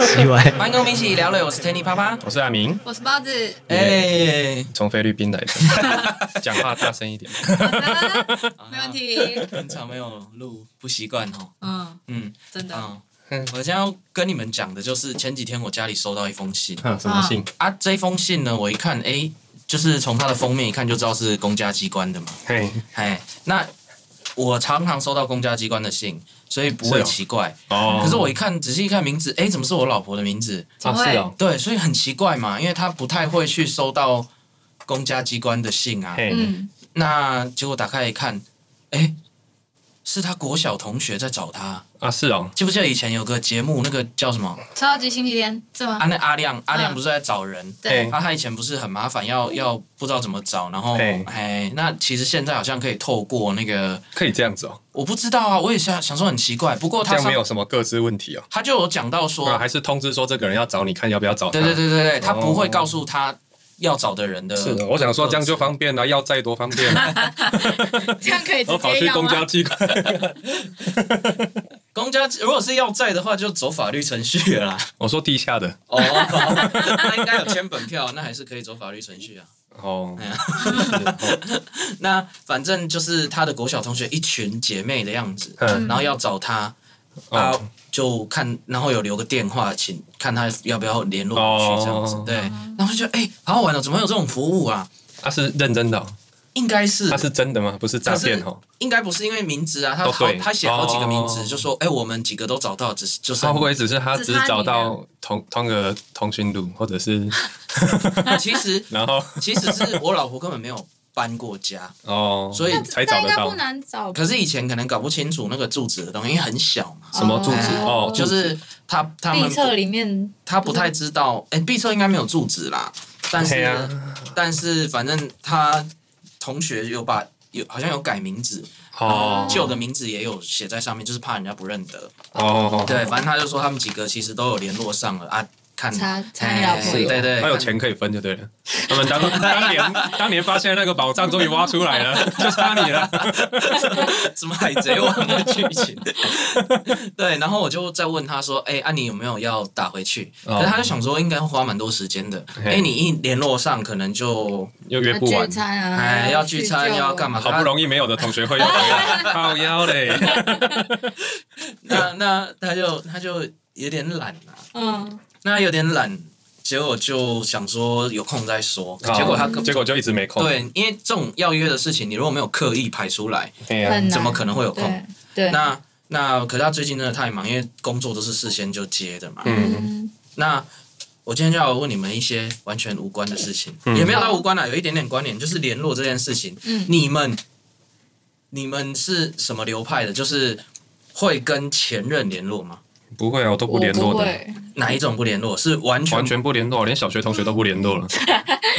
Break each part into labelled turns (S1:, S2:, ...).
S1: 奇怪，
S2: 欢迎跟我们一起聊了，我是 Tanny 啪啪。
S3: 我是阿明，
S4: 我是包子。
S2: 哎，
S3: 从菲律宾来的，讲话大声一点。
S4: 好的，没问题。
S2: 很长没有录，不习惯哦。
S4: 嗯，
S2: 嗯
S4: 真的。
S2: 嗯，我今天要跟你们讲的就是前几天我家里收到一封信
S3: 哼，什么信？
S2: 啊，这封信呢，我一看，哎，就是从它的封面一看就知道是公家机关的嘛。
S3: 嘿，
S2: 哎，那我常常收到公家机关的信，所以不
S3: 是
S2: 会
S3: 哦
S2: 奇怪。
S3: 哦
S2: 可是我一看，仔细一看名字，哎，怎么是我老婆的名字？
S4: 怎么会
S3: 是哦，
S2: 对，所以很奇怪嘛，因为她不太会去收到公家机关的信啊。
S3: 嘿，
S4: 嗯，
S2: 那结果打开一看，哎，是他国小同学在找他。
S3: 啊是哦，
S2: 记不记得以前有个节目，那个叫什么？
S4: 超级星期天是吗
S2: 啊，？那阿亮，阿亮
S4: 嗯
S2: 不是在找人？
S4: 对
S3: 嘿，
S2: 啊，他以前不是很麻烦，要要不知道怎么找，然后
S3: 嘿
S2: 哎，那其实现在好像可以透过那个，
S3: 可以这样子哦，
S2: 我不知道啊，我也想想说很奇怪，不过
S3: 这
S2: 他
S3: 样没
S2: 上
S3: 有什么各自问题哦。
S2: 他就有讲到说，
S3: 啊，还是通知说这个人要找你看要不要找他。
S2: 对对对对对，他
S3: 哦
S2: 不会告诉他要找的人的，
S3: 是哦的，我想说这样就方便了，要再多方便了。
S4: 这样可以直
S3: 我跑
S4: 接
S3: 去
S4: 要啊
S3: 公
S4: 吗
S3: 交？机关，
S2: 公家如果是要债的话，就走法律程序了啦。
S3: 我说地下的
S2: 哦， 那应该有签本票，那还是可以走法律程序啊。
S3: 哦
S2: 哎，呀
S3: 是哦
S2: 那反正就是他的国小同学一群姐妹的样子，
S3: 嗯
S2: 然后要找他啊
S3: 哦，
S2: 就看，然后有留个电话，请看他要不要联络我去这样子
S3: 哦。
S2: 对，然后就觉得哎、好好玩哦，怎么会有这种服务啊？
S3: 他是认真的哦，
S2: 应该是
S3: 他是真的吗？不是诈骗哦，
S2: 应该不是因为名字啊，他
S3: 哦
S2: 好
S3: 对
S2: 他写好几个名字，
S3: 哦
S2: 就说哎、我们几个都找到，只是就是
S3: 他会不会只是他
S4: 只
S3: 只
S4: 差
S3: 是
S4: 你
S3: 找
S4: 了
S3: 到同同个通讯录，或者是
S2: 其实
S3: 然后
S2: 其实是我老婆根本没有搬过家，
S3: 哦，
S2: 所以
S3: 才
S4: 那
S3: 找
S4: 应
S3: 得
S4: 该
S3: 到
S4: 不难找吧。
S2: 可是以前可能搞不清楚那个住址的东西，因为很小嘛，
S3: 什么住址
S4: 哦
S3: 哦，
S2: 就是他他
S4: 地
S2: 们
S4: 册里面
S2: 他不太知道，哎、毕设应该没有住址啦，但是、
S3: 对啊
S2: 但是反正他同学有把有好像有改名字，
S3: 哦
S2: 旧的名字也有写在上面，就是怕人家不认得。
S3: 哦，
S2: 对，反正他就说他们几个其实都有联络上了啊，看
S4: 查查你
S2: 哎
S4: 老婆
S2: 对对对，
S3: 还有钱可以分就对了。他们 当当年当年发现那个宝藏，终于挖出来了，就差你了。
S2: 什么海贼王的剧情。 对，然后我就再问他说：“哎、啊，你有没有要打回去？”
S3: 哦
S2: 可是他就想说应该会花蛮多时间的，哎、
S3: 嘿
S2: 你一联络上可能就
S3: 又约
S4: 要
S3: 不完
S4: 聚，餐啊，
S2: 哎要聚餐
S4: 旧
S2: 又要干嘛？
S3: 好不容易没有的同学会又回 来了，靠腰嘞。
S2: 那那他就他就有点懒啊，
S4: 嗯，
S2: 那有点懒，结果就想说有空再说，
S3: 好
S2: 结果他根
S3: 结果就一直没哦空。
S2: 对，因为这种要约的事情，你如果没有刻意排出来，
S3: 对
S4: 很难。
S2: 怎么可能会有空？
S4: 嗯对对，
S2: 那那可是他最近真的太忙，因为工作都是事先就接的嘛。
S3: 嗯，
S4: 嗯，
S2: 那我今天就要问你们一些完全无关的事情，
S3: 嗯
S2: 也没有到无关啊啦，有一点点关联，就是联络这件事情。
S4: 嗯
S2: 你们你们是什么流派的？就是会跟前任联络吗？
S3: 不会啊，我都不
S4: 我
S3: 联
S4: 不
S3: 络的，
S4: 会，
S2: 哪一种不联络？是完全
S3: 完全不联络，连小学同学都不联络了。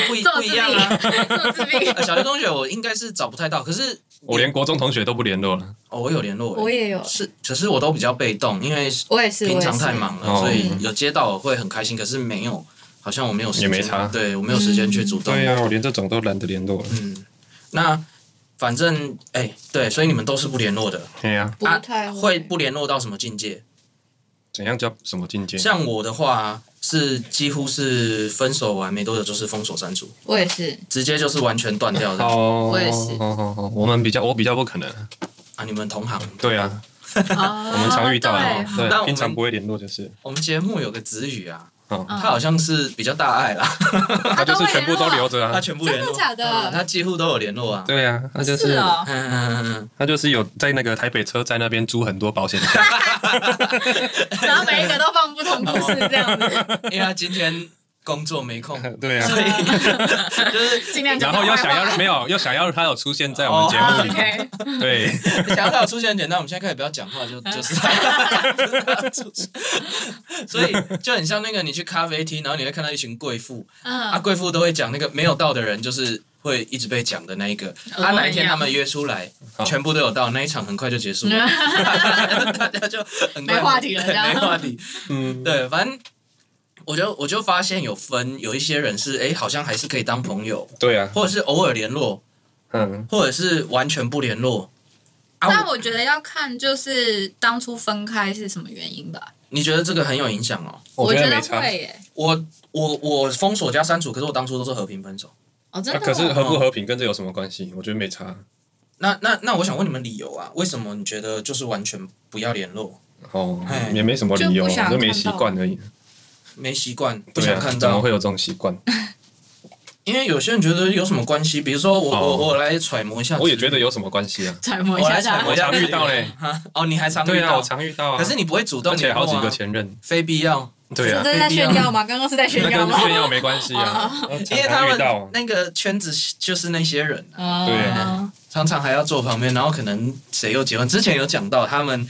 S2: 不一
S4: 做
S2: 不
S4: 自
S2: 一
S4: 闭，
S2: 样啊！
S4: 做自闭，
S2: 呃小学同学我应该是找不太到，可是
S3: 我连国中同学都不联络了。
S2: 哦，我有联络欸，
S4: 我也有，
S2: 是，可是我都比较被动，因为
S4: 我也是，
S2: 平
S4: 我
S2: 常
S4: 也是
S2: 太。忙了，
S3: 哦
S2: 所以有接到我会很开心，可是没有，好像我没有时间，
S3: 也没差嗯
S2: 对我没有时间去主动。
S3: 呀，啊我连这种都懒得联络了。
S2: 嗯，那反正哎、对，所以你们都是不联络的，
S3: 对哎呀，
S4: 不太
S2: 啊、会不联络到什么境界？
S3: 怎样叫什么境界？
S2: 像我的话是几乎是分手完没多久就是封锁删除，
S4: 我也是，
S2: 直接就是完全断掉的。
S3: 哦，
S4: 我也是
S3: 哦哦哦，我们比较，我比较不可能。
S2: 啊，你们同行，
S3: 对啊，
S4: 我
S3: 我们常遇到啊，
S4: 哦对，
S2: 那我们
S3: 对，平常不会联络就是。
S2: 我们节目有个子语啊，
S3: 哦，
S2: 他
S4: 嗯
S2: 好像是比较大爱啦，
S3: 他就是全部都留着
S2: 他
S3: 啊。
S2: 全部
S4: 真
S2: 联络嗯
S4: 的，假的？
S2: 他几乎都有联络啊。
S3: 对呀，他就是
S4: 哦，
S2: 嗯嗯嗯嗯，
S3: 他就是有在那个台北车站那边租很多保险 箱，
S4: 然后每一个都放不同故事这 样子，
S2: 因为他今天工作没空，
S3: 对啊，
S2: 所以就是
S4: 尽量
S3: 然后又想 要没有又想要他有出现在我们节目里，
S4: 哦 OK，
S3: 对，
S2: 想要他有出现很简单，我们现在开始不要讲话，就
S4: 嗯
S2: 就是 他，所以就很像那个你去咖啡厅，然后你会看到一群贵妇，啊，
S4: 嗯，
S2: 贵妇都会讲那个没有到的人就是。会一直被讲的那一个，
S4: 哦
S2: 啊，哪一天他们约出来，
S3: 好
S2: 全部都有到，那一场很快就结束 了，
S3: 啊
S2: 大家就很快
S4: 嗯没话题了
S2: 对
S4: 这 样
S2: 没话题，
S3: 嗯，
S2: 对，反正我就我就发现有分，有一些人是哎，诶好像还是可以当朋友，
S3: 对啊，
S2: 或者是偶尔联络，
S3: 嗯，
S2: 或者是完全不联络，啊
S4: 但我觉得要看就是当初分开是什么原因吧。
S2: 你觉得这个很有影响哦？
S4: 我
S3: 觉
S4: 觉
S3: 得
S4: 得
S3: 没差。
S4: 会耶，
S2: 我我我封锁加删除，可是我当初都是和平分手。
S4: 哦，真
S3: 那啊
S4: 的哦。
S3: 可是和不和平跟这有什么关系？我觉得没差。
S2: 那那那我想问你们理由啊？为什么你觉得就是完全不要联络，
S3: 哦
S2: 哎，
S3: 也没什么理由，
S4: 就不想
S3: 我就没习惯而已。
S2: 没习惯，不
S3: 对啊
S2: 想看
S3: 怎么
S2: 到？
S3: 会有这种 习惯？
S2: 因为有些人觉得有什么关系？比如说我、
S3: 哦
S2: 我我来揣摩一下，
S3: 我也觉得有什么关系啊？
S4: 揣摩一
S2: 我
S4: 下
S2: 来揣
S4: 大
S2: 摩一，
S4: 家
S2: 下
S3: 我常遇到嘞
S2: 哈哦，你还常遇
S3: 对啊，
S2: 到
S3: 我，常遇到啊。
S2: 可是你不会主动
S3: 而且
S2: 联络
S3: 好
S2: 啊
S3: 几个前任，
S2: 非必要，
S3: 对啊
S4: 是，在炫耀吗？刚刚是在炫
S3: 那
S4: 耀
S3: 跟
S4: 吗？
S3: 炫耀没关系啊。
S2: 因为
S3: 常
S2: 他
S3: 常遇
S2: 们
S3: 到
S2: 那个圈子就是那些人啊、
S4: 啊
S3: 对
S2: 常常还要坐旁边，然后可能谁又结婚，之前有讲到他们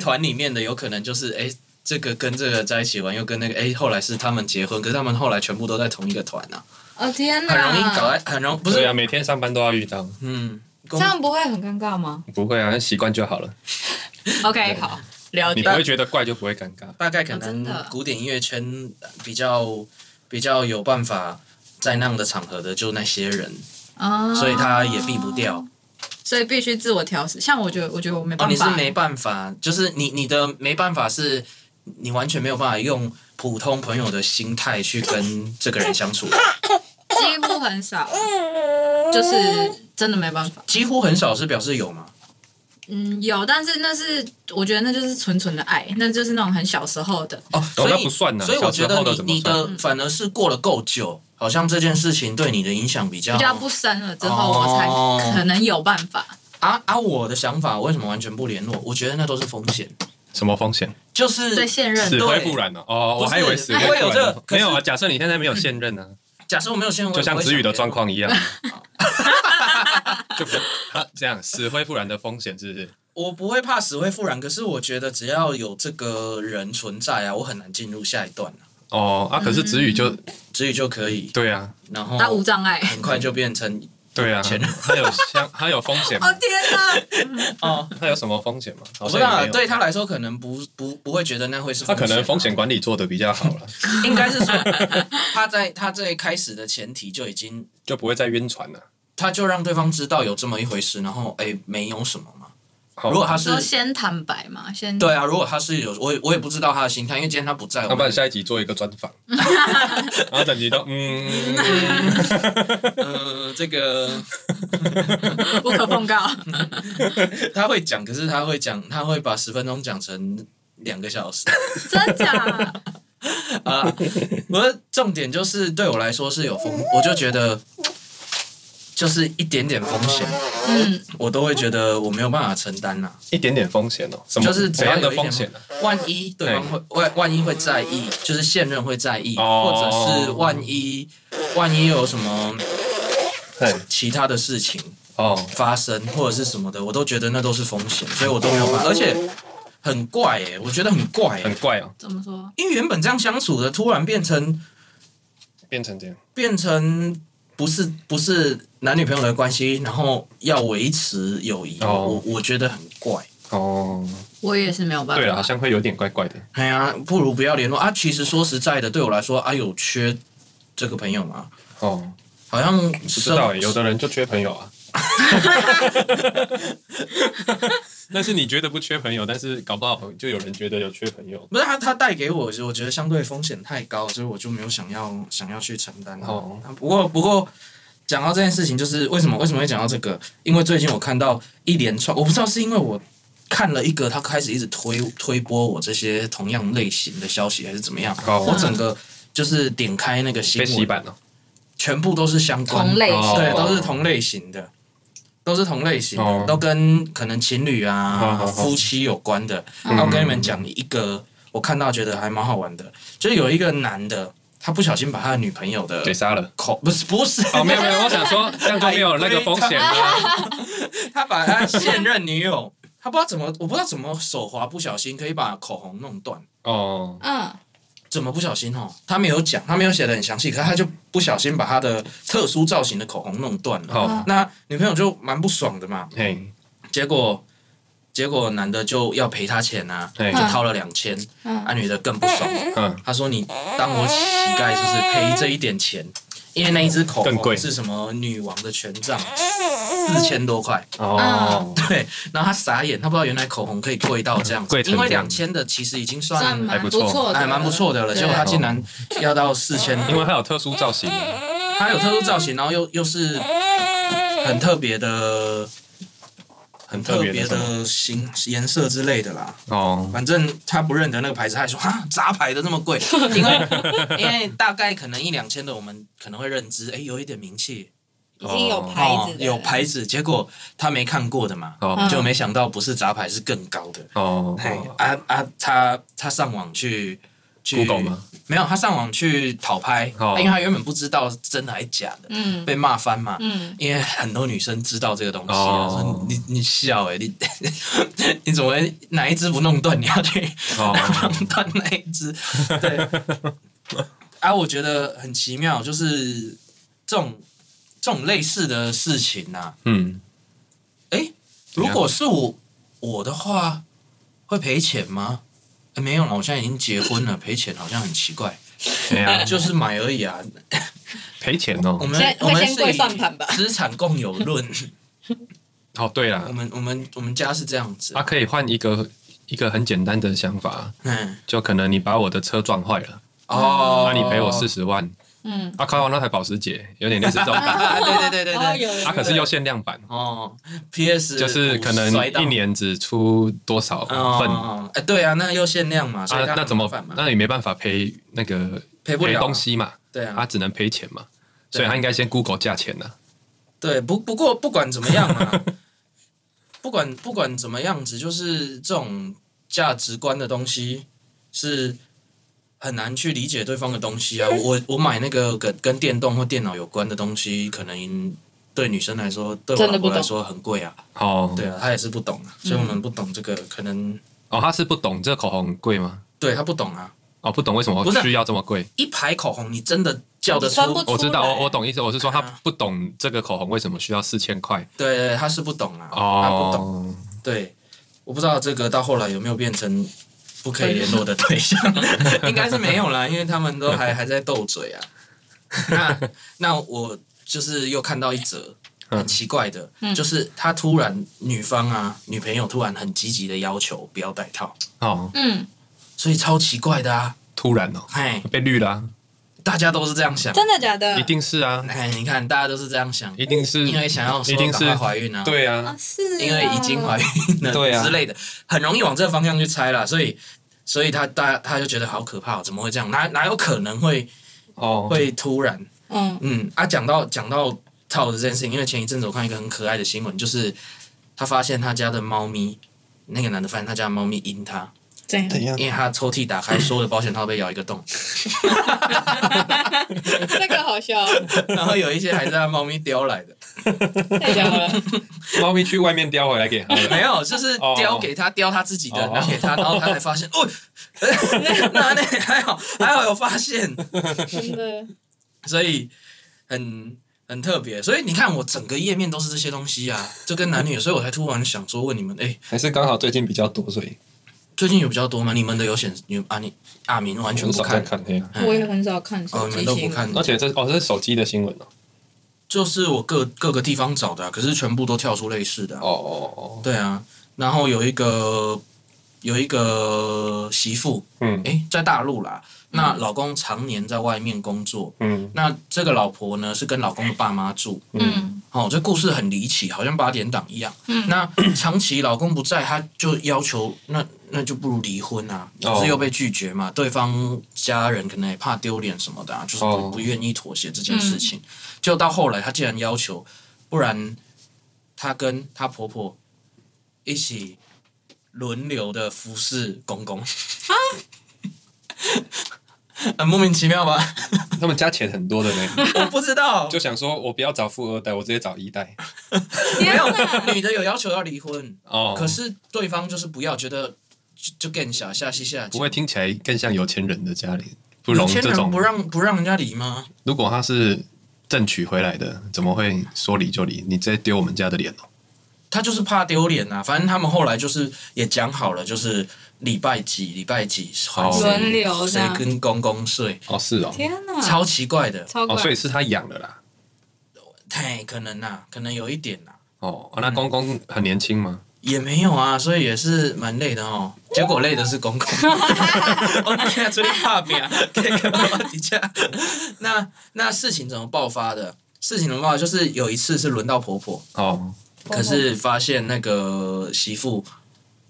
S2: 团里面的有可能就是哎。这个跟这个在一起玩，又跟那个哎，后来是他们结婚，可是他们后来全部都在同一个团啊，
S4: 哦天哪，
S2: 很容易搞在，很容不
S3: 对
S2: 是
S3: 啊，每天上班都要遇到，
S2: 嗯，
S4: 这
S2: 公
S4: 样不会很尴尬吗
S3: 不会啊，习惯就好了。
S4: ？OK，好，了
S3: 你
S4: 解
S3: 不。会觉得怪就不会尴尬。
S2: 大概可
S4: 哦真的
S2: 能古典音乐圈比较比较有办法在那样的场合的就那些人，
S4: 啊
S2: 所以他也避不掉。。
S4: 所以必须自我调试。像我觉得，我觉得我没
S2: 哦，
S4: 办
S2: 你是
S4: 法。
S2: 没办法，就是你你的没办法是，你完全没有办法用普通朋友的心态去跟这个人相 处，
S4: 几乎很少，啊就是真的没办法。
S2: 几乎很少是表示有嘛。
S4: 嗯，有，但是那是我觉得那就是纯纯的爱，那就是那种很小时候的。
S2: 哦，所
S3: 那
S2: 以
S3: 不算呐
S2: 所以我觉
S3: 小
S2: 得
S3: 时候的怎
S2: 你
S3: 么
S2: 你的反而是过了够久，好像这件事情对你的影响比较
S4: 比较不深了之后，
S2: 哦
S4: 我才可能有办法。
S2: 啊啊！我的想法为什么完全不联络？我觉得那都是风险，
S3: 什么风险？
S2: 就是
S4: 对现任
S3: 死
S2: 对
S3: 灰复燃了哦，
S2: 不是
S3: 我还以为死
S2: 不会
S3: 灰
S2: 有
S3: 复
S2: 这
S3: 燃
S2: 个
S3: 了。
S2: 可
S3: 没
S2: 是
S3: 有啊，假设你现在没有现任呢，
S2: 假设我没有先问，
S3: 就像
S2: 我也
S3: 子宇的
S2: 想联
S3: 状
S2: 络，
S3: 况一样， 就不啊这样死灰复燃的风险是不是？
S2: 我不会怕死灰复燃，可是我觉得只要有这个人存在啊，我很难进入下一段啊，
S3: 哦啊，可是子宇就
S2: 子宇就可以，
S3: 对啊，
S2: 然后
S4: 他无障碍。
S2: 很快就变成
S3: 对啊
S2: 前任，
S3: 他有相 他有风险吗
S4: 哦？天哪！
S2: 哦，
S3: 他有什么风险吗？
S2: 啊我
S3: 好
S2: 不
S3: 像
S2: 知道
S3: 也
S2: 啊，
S3: 没有
S2: 对他来说可能不不不会觉得那会是
S3: 他可能
S2: 啊
S3: 风险管理做的比较好 了，
S2: 应该是说他在他最开始的前提就已经，
S3: 就不会再晕船了。
S2: 他就让对方知道有这么一回事，然后哎没有什么嘛。
S3: 好
S2: 如果他是
S4: 说先坦白嘛，先
S2: 对啊，如果他是有我也我也不知道他的心态，因为今天他不在，我
S3: 那不然
S2: 们
S3: 下一集做一个专访，然后等你都嗯，
S2: 呃这个
S4: 不可 奉告。
S2: 他会讲，可是他会讲，他会把十分钟讲成两个小时
S4: 真假？
S2: 啊。 不是重点就是对我来说是有风，我就觉得就是一点点风险，
S4: 嗯，
S2: 我都会觉得我没有办法承担啦、
S3: 一点点风险哦，什么
S2: 就是只
S3: 怎
S2: 要
S3: 样的
S2: 有一点
S3: 风险啊呢？哎
S2: 万一对方会万万一会在意，就是现任会在意，
S3: 哦
S2: 或者是万一万一有什么
S3: 对，
S2: 其他的事情
S3: 哦，
S2: 发生或者是什么的，我都觉得那都是风险，所以我都没有办法，而且很怪哎、我觉得很怪、
S3: 哦很
S2: 欸，
S3: 怪哦，
S4: 怎么说？
S2: 因为原本这样相处的，突然变成
S3: 变成这样。
S2: 变成。不是不是男女朋友的关系，然后要维持友谊
S3: 哦
S2: 我我觉得很怪。
S3: 哦，
S4: 我也是没有办法。
S2: 啊
S3: 对了，啊好像会有点怪怪的。
S2: 哎呀，不如不要联络啊！其实说实在的，对我来说啊，有缺这个朋友吗？
S3: 哦，
S2: 好像
S3: 不
S2: 不
S3: 知道欸，有的人就缺朋友啊。但是你觉得不缺朋友，但是搞不好就有人觉得有缺朋友。
S2: 不是他，他带给我，我觉得相对风险太高，所以我就没有想要想要去承担。
S3: 哦
S2: 啊，不过不过讲到这件事情，就是为什么为什么会讲到这个？因为最近我看到一连串，我不知道是因为我看了一个他开始一直推推播我这些同样类型的消息，还是怎么样？
S3: 哦
S2: 我整个就是点开那个新
S3: 被洗
S2: 闻，
S3: 版了。
S2: 全部都是相关
S4: 同类型。
S2: 对，
S3: 哦
S2: 都是同类型的，都是同类型的，
S3: 哦
S2: 都跟可能情侣
S3: 好
S2: 啊、
S3: 好好
S2: 夫妻有关的。
S4: 嗯
S2: 那我跟你们讲一个，我看到觉得还蛮好玩的，就是有一个男的，他不小心把他的女朋友的
S3: 嘴杀了。
S2: 口 不是不是，
S3: 哦，没有没有，我想说这样就没有那个风险了。
S2: 他把他现任女友，他不知道怎么，我不知道怎么手滑不小心可以把口红弄断。
S3: 哦，
S4: 嗯，
S2: 怎么不小心哦？他没有讲，他没有写的很详细，可是他就不小心把他的特殊造型的口红弄断了。
S3: 好，
S2: 那女朋友就蛮不爽的嘛，
S3: 嘿，
S2: 结果结果男的就要赔他钱啊，
S3: 嘿
S2: 就，掏了两千，
S4: 嗯
S2: 啊女的更不爽，
S3: 嗯，
S2: 她说你当我乞丐就是赔这一点钱，因为那一支口
S3: 更贵
S2: 红是什么女王的权杖，四千多块。
S3: 哦，
S2: 对，然后他傻眼，他不知道原来口红可以贵到这样子
S3: 贵，成
S2: 因为
S3: 这样
S2: 两千的其实已经
S5: 算
S4: 嗯
S2: 算
S5: 蛮
S3: 还不错
S5: 错的，
S2: 还蛮不错的了，
S5: 对
S2: 结果他竟然要到四千，
S3: 因为它有特殊造型的，
S2: 他有特殊造型，然后又又是很特别的、
S3: 很
S2: 特
S3: 特别
S2: 别
S3: 的什么
S2: 的形颜色之类的啦。
S3: 哦，
S2: 反正他不认得那个牌子，他还说啊，杂牌的那么贵，因为因为大概可能一两千的我们可能会认知，哎，有一点名气，
S4: 已经有牌
S2: 哦
S4: 子，的，
S2: 有牌子，结果他没看过的嘛，
S3: 哦
S2: 就没想到不是杂牌是更高的。
S3: 哦
S2: 嘿，啊啊，他他上网去去
S3: ，Google 吗？
S2: 没有，他上网去讨拍，
S3: 哦
S2: 因为他原本不知道是真的还是假的，
S4: 嗯
S2: 被骂翻嘛。
S4: 嗯，
S2: 因为很多女生知道这个东西、啊，
S3: 哦
S2: 说你你笑哎、欸，你 你怎么会哪一只不弄断，你要去
S3: 哦，
S2: 弄断那一只？对，啊，我觉得很奇妙，就是这种这种类似的事情啊，
S3: 嗯，怎
S2: 如
S3: 样
S2: 果是我我的话，会赔钱吗？呃没有了，我现在已经结婚了， 赔钱好像很奇怪，
S3: 对啊，
S2: 就是买而已 啊。
S3: 赔钱
S2: 我
S3: 哦。
S2: 们
S4: 现在
S2: 我
S4: 会
S2: 们
S4: 先
S2: 是
S4: 跪
S2: 以
S4: 算盘吧
S2: 资产共有论，
S3: 哦，对
S2: 我
S3: 啦，
S2: 们我们我们家是这样子
S3: 啊，。可以换一个一个很简单的想法，
S2: 嗯，
S3: 就可能你把我的车撞坏了，
S2: 哦，
S3: 那你赔我四十万，
S4: 嗯，
S3: 啊，看完那台保时捷，有点类 似这种感觉，
S2: 啊，对对对对
S4: 哦
S2: 对，
S4: 有有
S3: 啊，可是又限量版，
S2: 哦，PS
S3: 就是可能
S2: 摔到
S3: 一年只出多少份啊？
S2: 哦，哎，对啊，那又限量嘛，所以它
S3: 那怎么
S2: 很麻烦嘛？
S3: 那也没办法赔那个
S2: 赔不
S3: 赔
S2: 了啊
S3: 东西嘛，
S2: 对
S3: 他
S2: 啊，
S3: 只能赔钱嘛，
S2: 对
S3: 所以他应该先 Google 价钱啊呐。
S2: 对，不不过不管怎么样嘛，不管不管怎么样子，就是这种价值观的东西是很难去理解对方的东西啊。我我买那个跟跟电动或电脑有关的东西，可能对女生来说，对我
S4: 真的
S2: 老
S4: 不
S2: 婆
S4: 懂嗯
S2: 来说很贵啊。
S3: 哦，
S2: 对啊，她也是不懂啊，所以我们不懂这个，可能
S3: 哦，他是不懂这口红很贵吗？
S2: 对她不懂啊。
S3: 哦，不懂为什么
S2: 不是
S3: 需要这么贵？
S2: 一排口红，你真的叫得出？
S4: 分不出
S3: 我知道，
S4: 来
S3: 我我懂意思，我是说他
S2: 啊
S3: 不懂这个口红为什么需要四千块
S2: 对对，她是不懂啊，她不懂。
S3: 哦。
S2: 对，我不知道这个到后来有没有变成不可以联络的对象， 应该是没有啦，因为他们都还还在斗嘴 啊。那那我就是又看到一则很奇怪的，
S4: 嗯
S2: 就是他突然女方啊女朋友突然很积极的要求不要戴套，
S3: 哦，
S4: 嗯，
S2: 所以超奇怪的啊！
S3: 突然哦，
S2: 嘿，
S3: 被绿了啊，
S2: 大家都是这样想，
S4: 真的假的？
S3: 一定是啊，
S2: 哎，你看大家都是这样想，
S3: 一定是
S2: 因，为想要说
S3: 一定
S2: 赶
S3: 是
S2: 快怀孕啊，
S3: 对
S4: 啊
S3: 啊，
S4: 是啊，
S2: 因为已经怀孕了
S3: 对啊
S2: 之类的，很容易往这个方向去猜啦，所以。所以他大他就觉得好可怕哦，怎么会这样？哪哪有可能会
S3: 哦，
S2: 会突然？
S4: 嗯
S2: 嗯啊，讲到讲到套的这件事情，因为前一阵子我看一个很可爱的新闻，就是他发现他家的猫咪，那个男的发现他家的猫咪阴他，
S4: 这样，
S3: 样
S2: 因为他抽屉打开，所有的保险套被咬一个洞，
S4: 这个好 笑，
S2: 然后有一些还是他猫咪叼来的，
S4: 太 屌了，
S3: 猫咪去外面叼回来给他的，
S2: 没有，就是
S3: 哦
S2: 叼给他，叼他自己的
S3: 哦，
S2: 拿给他，然后他才发现，哦， 那那还好还好有发现，
S4: 真的，
S2: 所以很很特别。所以你看，我整个页面都是这些东西啊， 就跟男女，所以我才突然想说问你们，哎、
S3: 还是刚好最近比较多，所以
S2: 最近有比较多吗？你们的有显你啊你阿明完全不看，
S3: 看黑啊。
S2: 嗯
S4: 我也很少看
S2: 哦，
S4: 手
S2: 你
S4: 机
S2: 们都不
S4: 新闻，
S2: 看，
S3: 且这哦，这是手机的新闻哦。
S2: 就是我各各个地方找的、啊，可是全部都跳出类似的啊、
S3: 哦哦哦，
S2: 对啊，然后有一个有一个媳妇，
S3: 嗯
S2: 哎、在大陆啦，那老公常年在外面工作，
S3: 嗯
S2: 那这个老婆呢是跟老公的爸妈住，
S4: 嗯
S2: 哦，这故事很离奇，好像八点档一样。
S4: 嗯
S2: 那长期老公不在，她就要求那那就不如离婚啊，
S3: 哦
S2: 可是又被拒绝嘛，对方家人可能也怕丢脸什么的、啊，就是
S3: 哦
S2: 不不愿意妥协这件事情。就到后来，她竟然要求，不然她跟她婆婆一起轮流的服侍公公。 很莫名其妙吧？
S3: 他们加钱很多的呢。
S2: 我不知道，
S3: 就想说我不要找富二代，我直接找一代。
S2: 没 有女的有要求要离婚，
S3: 哦
S2: 可是对方就是不要，觉得就就更小下西下
S3: 不
S2: 贱。
S3: 会听起来更像有钱人的家里不
S2: 有
S3: 容
S2: 钱
S3: 这种
S2: 人不。让不让人家离吗？
S3: 如果他是正娶回来的，怎么会说离就离？你直接丢我们家的脸哦！
S2: 他就是怕丢脸啊。反正他们后来就是也讲好了，就是礼拜几礼拜几
S3: 哦
S4: 轮流这
S2: 谁
S4: 样嗯
S2: 跟公公睡，
S3: 哦，是哦，
S4: 天哪，
S2: 超奇怪的。
S4: 超怪，
S3: 哦，所以是他养的啦。
S2: 嘿，可能呐、可能有一点呐、
S3: 哦，哦那公公很年轻吗？
S2: 也没有啊，所以也是蛮累的哦。结果累的是公 公，我那天出去怕饼，给我底下。 那那事情怎么爆发的？事情怎么爆发？就是有一次是轮到婆婆，
S3: 哦
S2: 可是发现那个媳妇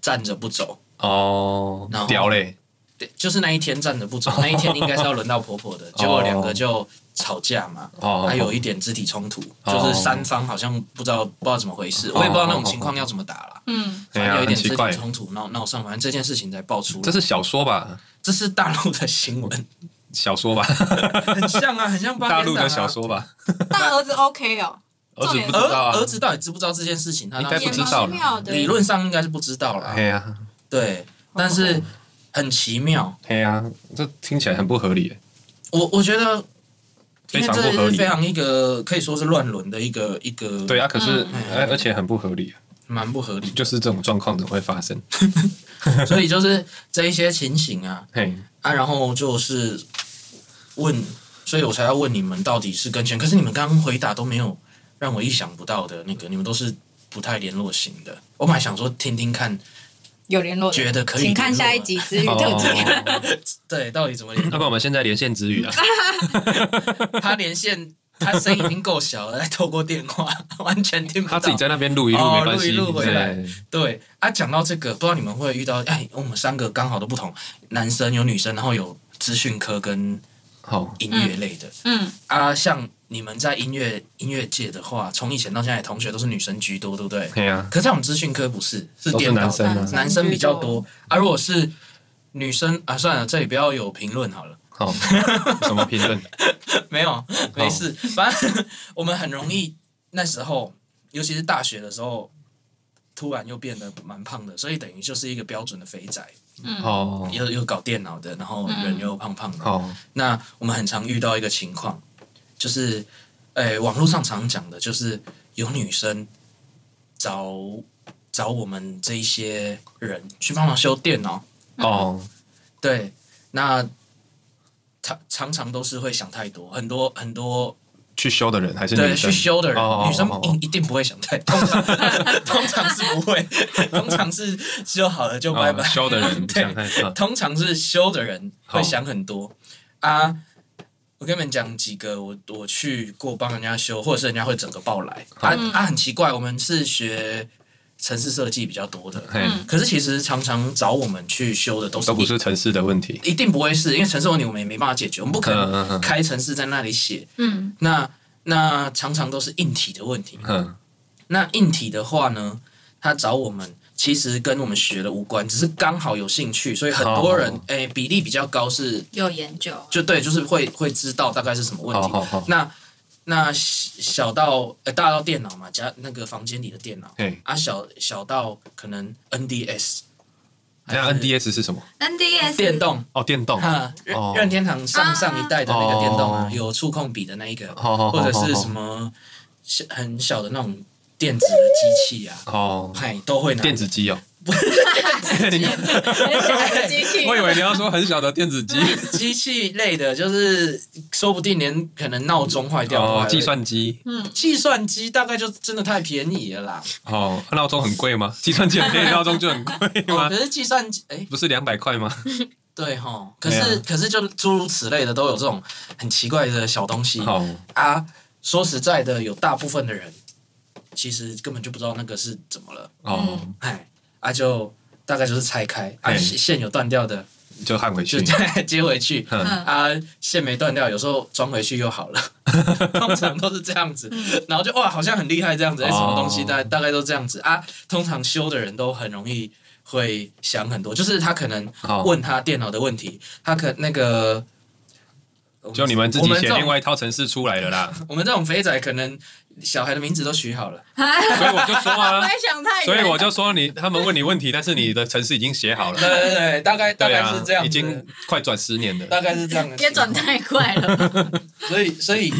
S2: 站着不走，
S3: 哦
S2: 然后，
S3: 屌嘞！
S2: 对，就是那一天站着不
S3: 哦
S2: 走，那一天应该是要轮到婆婆 的，结果两个就吵架嘛。
S3: 哦，
S2: 还有一点肢体冲突，
S3: 哦
S2: 就是三方好像不知道不知道怎么回事，我也不知道那种情况要怎么打了。
S4: 嗯，
S3: 哎
S2: 反
S3: 呀
S2: 正有一
S3: 很
S2: 点
S3: 奇
S2: 肢
S3: 怪
S2: 体，冲突闹闹上，反正这件事情才爆出来。
S3: 这是小说吧？
S2: 这是大陆的新 闻，
S3: 小说吧，
S2: 很像啊，很像八点档啊
S3: 大陆的小。说吧？
S4: 大儿子 OK 哦，
S3: 儿子
S4: 重点
S3: 不知
S2: 儿
S3: 道啊，
S2: 儿子到底知不知道这件事情？他
S3: 应
S2: 当
S3: 该
S2: 时
S3: 不
S4: 也
S3: 知道
S4: 蛮妙的，
S2: 理论上应该是不知道啦
S3: 哎。呀，
S2: 对，但
S3: 哦
S2: 是很奇妙，
S3: 哎呀，这听起来很不合理耶，
S2: 我我觉得
S3: 非常
S2: 因为这
S3: 不合
S2: 是
S3: 理
S2: 非。常一个可以说是乱伦的一个一个，
S3: 对，啊，可是
S4: 嗯
S3: 而而且很不合理啊，。
S2: 蛮不合理
S3: 就是这种状况怎么会发生？
S2: 所以就是这一些情形啊
S3: 嘿，
S2: 啊，然后就是问，所以我才要问你们到底是跟前，可是你们刚刚回答都没有让我意想不到的那个，你们都是不太联络型的。我本来想说听听看。
S4: 有联络的，
S2: 觉得可以，
S4: 请看下一。集《知遇特
S3: 哦
S4: 辑》。
S2: 对，到底怎么连
S3: 要？ 不然我们现在连线 之语啊？
S2: 他连线，他声音已经够小了，再透过电话 完全听不
S3: 他自己
S2: 到。
S3: 在那边录一录
S2: 哦
S3: 没关系，哎
S2: 录一录回来
S3: 对
S2: 对啊，讲到这个，不知道你们会遇到，哎，我们三个刚好都不同，男生有女生，然后有资讯科跟
S3: 好，
S2: 音乐类的、
S4: 嗯，
S2: 啊。像你们在音乐音乐界的话，从以前到现在，同学都是女生居多，对不对？
S3: 嘿呀，
S2: 可在我们资讯科不是，是
S3: 都是
S2: 电脑
S3: 男生啊，
S2: 男生比较多啊。如果是女生啊，算了，这里不要有评论好了。
S3: 好，什么评论？
S2: 没有，没事。 反正我们很容易那时候，尤其是大学的时候，突然又变得蛮胖的，所以等于就是一个标准的肥宅，
S3: 哦，
S2: 又又搞电脑的，然后人又胖胖的。
S3: 好，
S2: 那我们很常遇到一个情况，就是，诶、网络上常讲的，就是有女生找找我们这一些人去帮忙修电脑，
S3: 哦，
S2: 嗯对，那。常常常都是会想太多，很多很多
S3: 去修的人还是
S2: 对，
S3: 女
S2: 去
S3: 生？
S2: 修的人，
S3: 哦哦
S2: 女生
S3: 哦哦
S2: 一一定不会想太多，通常 通常是不会，通常是修好了就拜
S3: 哦
S2: 拜。
S3: 修 的人
S2: 对嗯
S3: 想看啊
S2: 通常是修的人
S3: 好
S2: 会想很多啊。我跟你们讲几个我我去过帮人家修，或者是人家会整个抱来啊啊，很奇怪，我们是学城市设计比较多的，
S3: 嘿，
S4: 嗯
S2: 可是其实常常找我们去修的都是
S3: 都不是城市的问题。
S2: 一，一定不会是因为城市问题我们也没办法解决，我们不可
S3: 嗯嗯
S2: 能
S3: 嗯
S2: 开城市在那里写
S6: 嗯，
S2: 那那常常都是硬体的问题。
S3: 嗯，
S2: 那硬体的话呢，他找我们其实跟我们学的无关，只是刚好有兴趣，所以很多人
S3: 哦
S2: 诶、比例比较高是
S6: 有研究，
S2: 就对，就是会会知道大概是什么问
S3: 好
S2: 题。
S3: 好好，
S2: 那那小小到呃大到电脑嘛，家那个房间里的电脑
S3: 嘿，
S2: 啊小小到可能 NDS，
S3: 那 NDS 是什么？
S6: NDS
S2: 电动，
S3: 哦，电动。
S2: 哈，任
S3: 哦
S2: 任天堂上上一代的那个电动啊
S3: 哦，
S2: 有触控笔的那一个，
S3: 好好好
S2: 或者是
S3: 好
S2: 什么小很小的那种电子的机器啊，
S3: 哦，
S2: 嗨，都会拿
S3: 电子 机哦，
S4: 很小的机器，
S3: 我以为你要说很小的电子 机
S2: 机器类的，就是说不定连可能闹钟坏掉都
S3: 哦
S2: 还，会
S3: 计算机
S4: 嗯
S2: 计算机大概就真的太便宜了啦。
S3: 哦，闹钟很 贵吗？计算机很贵，闹钟就很贵
S2: 哦，
S3: 吗
S2: 可？是计算机，哎，
S3: 不是两百块吗？
S2: 对哈，可是、
S3: 对啊
S2: 可是就诸如此类的都有这种很奇怪的小东西
S3: 好，
S2: 啊。说实在的，有大部分的人其实根本就不知道那个是怎么了，
S3: 哦，
S2: 哎，啊就大概就是拆开，啊
S3: 哎
S2: 线有断掉的
S3: 就焊回
S2: 就
S3: 去。
S2: 再接回去，
S3: 嗯，
S2: 啊，线没断掉，有时候装回去又好了，通常都是这样子。然后就哇，好像很厉害这样子，哎、
S3: 哦
S2: 什么东西大大概都这样子啊。通常修的人都很容易会想很多，就是他可能
S3: 好，
S2: 问他电脑的问题，他可那个。
S3: 就你们自己
S2: 我
S3: 写
S2: 这种
S3: 另外一套程式出来 了啦，
S2: 我们这种肥仔，可能小孩的名字都取好了，
S3: 所以我就说 啊，
S6: 想太
S3: 所以我就说你，他们问你问题，但是你的程式已经写 好
S2: 对
S3: 了，
S2: 对对，大概大
S3: 对
S2: 概
S3: 啊
S2: 是这样，
S3: 已经，快转十年了。
S2: 大概是这样的情况，
S6: 别转太快了，
S2: 所以所以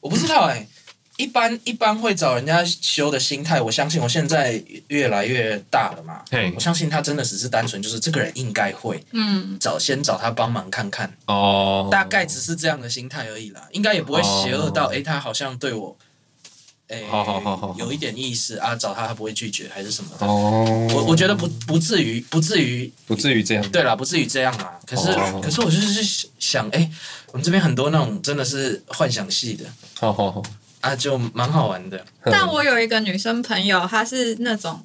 S2: 我不知道哎、一般一般会找人家修的心态，我相信我现在越来越大了嘛
S3: 嘿，
S2: 我相信他真的只是单纯就是这个人应该会
S4: 嗯，
S2: 找先找他帮忙看看，
S3: 哦，
S2: 大概只是这样的心态而已啦，应该也不会邪恶到
S3: 哦
S2: 哎、诶他好像对我，哎、
S3: 好好好好好
S2: 有一点意思啊，找他他不会拒绝还是什么的。
S3: 哦，
S2: 我我觉得不不至于不至于
S3: 不至于这样，
S2: 对啦，不至于这样啦。可是、
S3: 哦
S2: 可是我就是想，哎、我们这边很多那种真的是幻想系的
S3: 好好好，
S2: 啊，就蛮好玩的。
S4: 但我有一个女生朋友，她是那种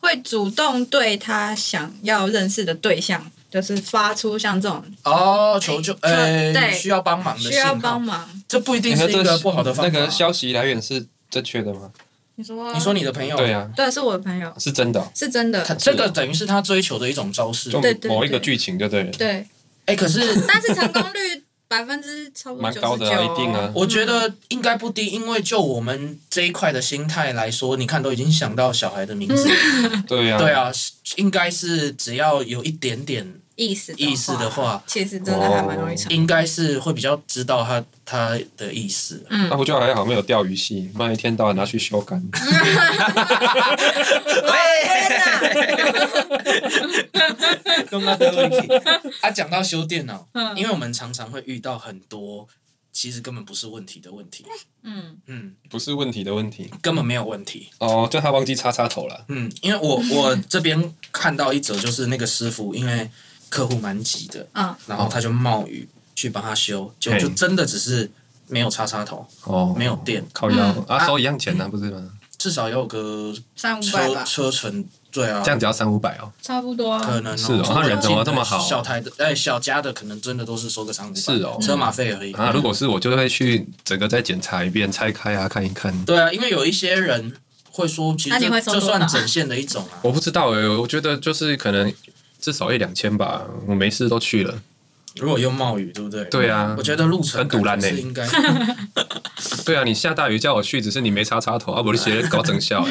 S4: 会主动对她想要认识的对象，就是发出像这种
S2: 哦，求救，
S4: 哎
S2: 呃、
S4: 对
S2: 需要帮忙的
S4: 需
S2: 信
S4: 要
S2: 号
S4: 帮，忙。
S2: 这不一定
S3: 你说
S2: 是
S3: 这
S2: 一个不好的方法。
S3: 那个消息来源是正确的吗？
S4: 你说，
S2: 你说你的朋友，
S3: 对啊，
S4: 对，是我的朋友，
S3: 是真的哦，
S4: 是真的
S2: 他，这个等于是他追求的一种招式。
S3: 就
S4: 对对
S3: 某一个剧情就对了，
S4: 对，
S2: 哎、可是
S4: 但是成功 率百分之超过
S3: 蛮
S4: 九
S3: 高
S4: 十
S3: 的
S4: 九，
S3: 啊，一定啊，
S2: 我觉哦得应该不低，因为就我们这一块的心态来说，你看都已经想到小孩的名字，
S4: 嗯
S3: 对啊，
S2: 对，啊，是应该是只要有一点点
S4: 意思
S2: 意思的，话，
S4: 其实真的还蛮容易成功。
S2: 应该是会比较知道他他的意思。
S4: 嗯
S3: 那，不就还好，没有钓鱼戏，不然一天到晚拿去修改。
S2: 哎 刚刚的问 题，他讲到修电脑，
S4: 嗯
S2: 因为我们常常会遇到很多其实根本不是问题的问题，
S4: 嗯，
S2: 嗯，
S3: 不是问题的问题
S2: 根本没有问题，
S3: 哦，就他忘记插插头了。
S2: 嗯，因为我我这边看到一则就是那个师傅，因为客户蛮急的，
S4: 嗯，
S2: 然后他就冒雨去帮他修，结果就
S3: 嘿
S2: 真的只是没有插插头，
S3: 哦
S2: 没有嗯电，
S3: 靠腰
S4: 嗯
S3: 啊，收一样钱呢，不是吗？
S2: 至少要有个
S4: 三五百
S2: 车
S4: 吧，
S2: 车程，对啊
S3: 这。样只要三五百哦。
S4: 差不多啊。
S2: 可能、
S3: 是哦他人怎么这么好
S2: 小台的哎，小家的可能真的都是收个三五百，
S3: 是哦
S2: 车马费而已。
S3: 啊，如果是我就会去整个再检查一遍，拆开啊看一看。
S2: 对啊，因为有一些人会说，其
S4: 那
S2: 实
S4: 你会
S2: 这
S4: 收
S2: 这
S4: 多少
S2: 算整线的一种啊。
S3: 我不知道哎、我觉得就是可能至少一两千吧，我没事都去了。
S2: 如果用冒雨，对不对？
S3: 对啊
S2: 我觉得路程
S3: 很堵
S2: 感
S3: 拦
S2: 觉
S3: 欸
S2: 是应该。
S3: 对啊，你下大雨叫我去，只是你没插插头啊，我就直接搞整 笑哎、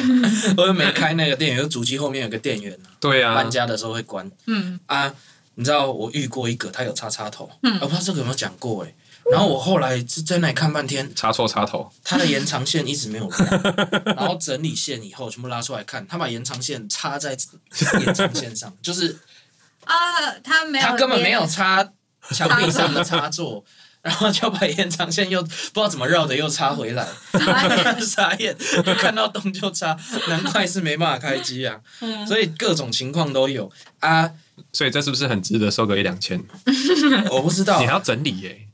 S2: 我又没开那个电源，就主机后面有个电源啊
S3: 对 啊
S2: 搬，家的时候会关
S4: 嗯，
S2: 啊。你知道我遇过一个，他有插插头，嗯，我不知道这个有没有讲过哎、然后我后来是在那里看半天，
S3: 插错插头，
S2: 他的延长线一直没有拉，然后整理线以后全部拉出来看，他把延长线插在延长线上，就是
S4: 啊，他没有，
S2: 他根本没有插墙壁上的插座，然后就把延长线又不知道怎么绕的又插回来，傻眼，看到洞就插，难怪是没办法开机啊。
S4: 嗯
S2: 所以各种情况都有啊，
S3: 所以这是不是很值得收个一两千？
S2: 我不知道
S3: 你还。要整理耶、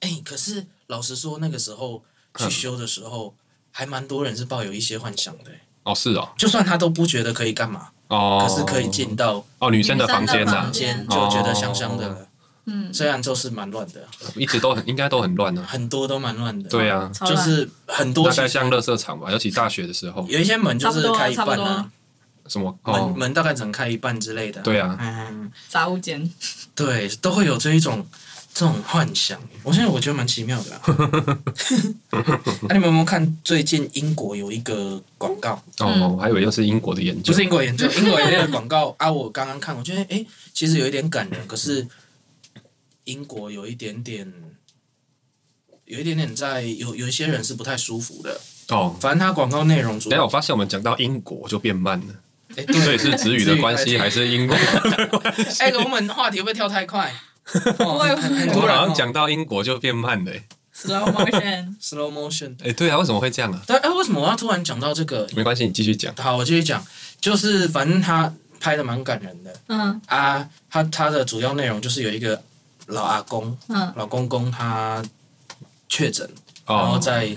S2: 哎、可是老实说，那个时候
S3: 嗯
S2: 去修的时候，还蛮多人是抱有一些幻想的、
S3: 哦，是哦，
S2: 就算他都不觉得可以干嘛，
S3: 哦，
S2: 可是可以进到
S3: 哦，女生的房间呐、
S2: 房间
S4: 嗯
S2: 就觉得香香的
S3: 哦
S2: 了。
S4: 嗯，
S2: 虽然就是蛮乱的，
S3: 一直都很应该都很乱呢、啊。
S2: 很多都蛮乱的。
S3: 对啊，
S4: 超
S2: 就
S4: 烂
S2: 是很多
S3: 大
S2: 其
S3: 概
S2: 实
S3: 像垃圾场吧，尤其大学的时候，
S2: 有一些门就是开一
S4: 差
S2: 半
S4: 不多
S2: 啊，
S3: 什么哦
S2: 门，门大概只能开一半之类的。
S3: 对啊，
S2: 嗯，
S4: 杂物 间，
S2: 对，都会有这一种这种幻想。我现在我觉得蛮奇妙 的啊。 那、你们有没有看最近英国有一个广告？
S3: 哦，我还以为又是英国的研
S2: 嗯
S3: 究，
S2: 不是英国研究，英国研究的广告啊，我刚刚看，我觉得哎、诶其实有一点感人，可是英国有一点点，有一点点在有有一些人是不太舒服的。
S3: 哦。
S2: 反正它广告内容主
S3: 等一下
S2: 要
S3: 我，发现我们讲到英国就变慢了，
S2: 哎、
S3: 所
S2: 对
S3: 以是子语的 关
S2: 子
S3: 系
S2: 语
S3: 还是英国？
S2: 哎、我们话题会不会跳太快？哦、
S4: 我也
S2: 很很
S3: 我
S2: 突
S3: 们
S2: 然、
S3: 好
S2: 哦
S3: 像、讲到英国就变慢了、欸。
S4: slow motion，
S2: slow motion。
S3: 哎、对啊，为什么会这样啊？
S2: 但哎、为什么我要突然讲到这个？
S3: 没关系，你继续讲。
S2: 好，我继续讲，就是反正他拍的蛮感人的
S4: 嗯
S2: 啊，他他的主要内容就是有一个老阿公，
S4: 嗯
S2: 老公公他确诊，然后
S3: 哦
S2: 在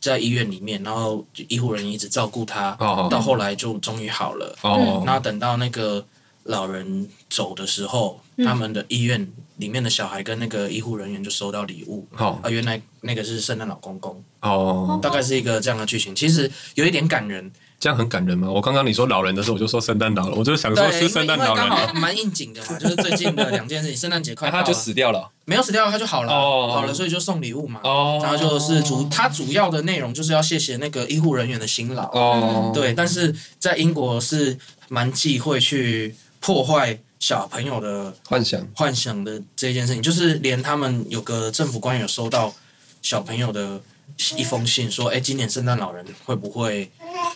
S2: 在医院里面，然后就医护人员一直照顾他，到
S3: 哦
S2: 后来就终于好了。
S3: 哦，
S2: 然后等到那个老人走的时候，
S4: 嗯
S2: 他们的医院里面的小孩跟那个医护人员就收到礼物。
S3: 好
S2: 啊，原来那个是圣诞老公公，
S3: 哦，
S2: 大概是一个这样的剧情，其实有一点感人。
S3: 这样很感人吗？我刚刚你说老人的时候，我就说圣诞老人，我就想说
S2: 对，因
S3: 是
S2: 为
S3: 圣诞
S2: 因为
S3: 老人
S2: 刚
S3: 啊，
S2: 好蛮应景的嘛，就是最近的两件事情，圣诞节快
S3: 啊
S2: 到了，
S3: 掉了
S2: 没有死掉，他就好了，
S3: 哦
S2: 好了，所以就送礼物嘛。
S3: 哦
S2: 然后就是主，它主要的内容就是要谢谢那个医护人员的辛劳。
S3: 哦，
S2: 嗯对，但是在英国是蛮忌讳去破坏小朋友的
S3: 幻想
S2: 幻想的这件事情，就是连他们有个政府官员有收到小朋友的一封信说，哎、今年圣诞老人会不会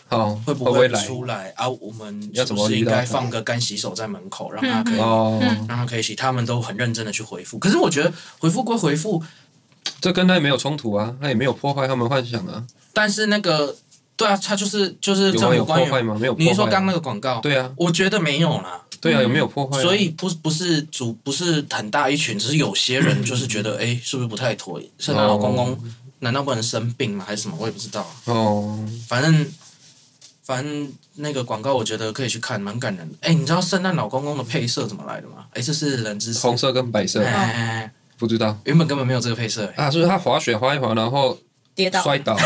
S3: 好，
S2: 会
S3: 不
S2: 不
S3: 会哦来？
S2: 出来啊？我们
S3: 要
S2: 是
S3: 怎
S2: 不
S3: 么
S2: 是
S3: 遇
S2: 应
S3: 到他
S2: 该放个干洗手在门口，让他可以、
S3: 哦，
S4: 嗯
S2: 让他可以洗？他们都很认真的去回复。可是我觉得回复归回复，
S3: 这跟他也没有冲突啊，他也没有破坏他们幻想啊。
S2: 但是那个对啊，他就是就是
S3: 有
S2: 政
S3: 啊，有
S2: 府官
S3: 破
S2: 员。
S3: 坏吗？没有破坏
S2: 你
S3: 啊。
S2: 是说刚那个广告？
S3: 对啊，
S2: 我觉得没有啦，
S3: 对啊，有没有破坏啊？
S2: 所以不不是主不是很大一群，只是有些人就是觉得，哎、是不是不太妥？圣诞老公公难道不能生病吗？还是什么？我也不知道。
S3: 哦，
S2: 反正反正那个广告，我觉得可以去看，蛮感人的。哎、你知道圣诞老公公的配色怎么来的吗？哎、这是人之
S3: 红色跟白色
S2: 哎哎哎哎
S3: 不知道
S2: 原本根本没有这个配色、哎
S3: 啊，是不是他滑雪滑一滑，然后
S1: 跌倒，
S3: 摔倒，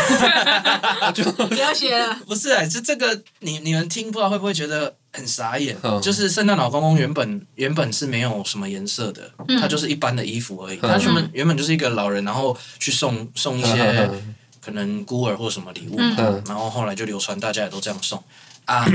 S3: 就
S1: 不要学了，
S2: 不是、哎，是这个你你们听不知道会不会觉得很傻眼？
S3: 嗯
S2: 就是圣诞老公公原本原本是没有什么颜色的，它就是一般的衣服而已。
S3: 嗯
S2: 它原本原本就是一个老人，然后去送送一些可能孤儿或什么礼物嘛，
S3: 嗯
S2: 然后后来就流传大家也都这样送啊。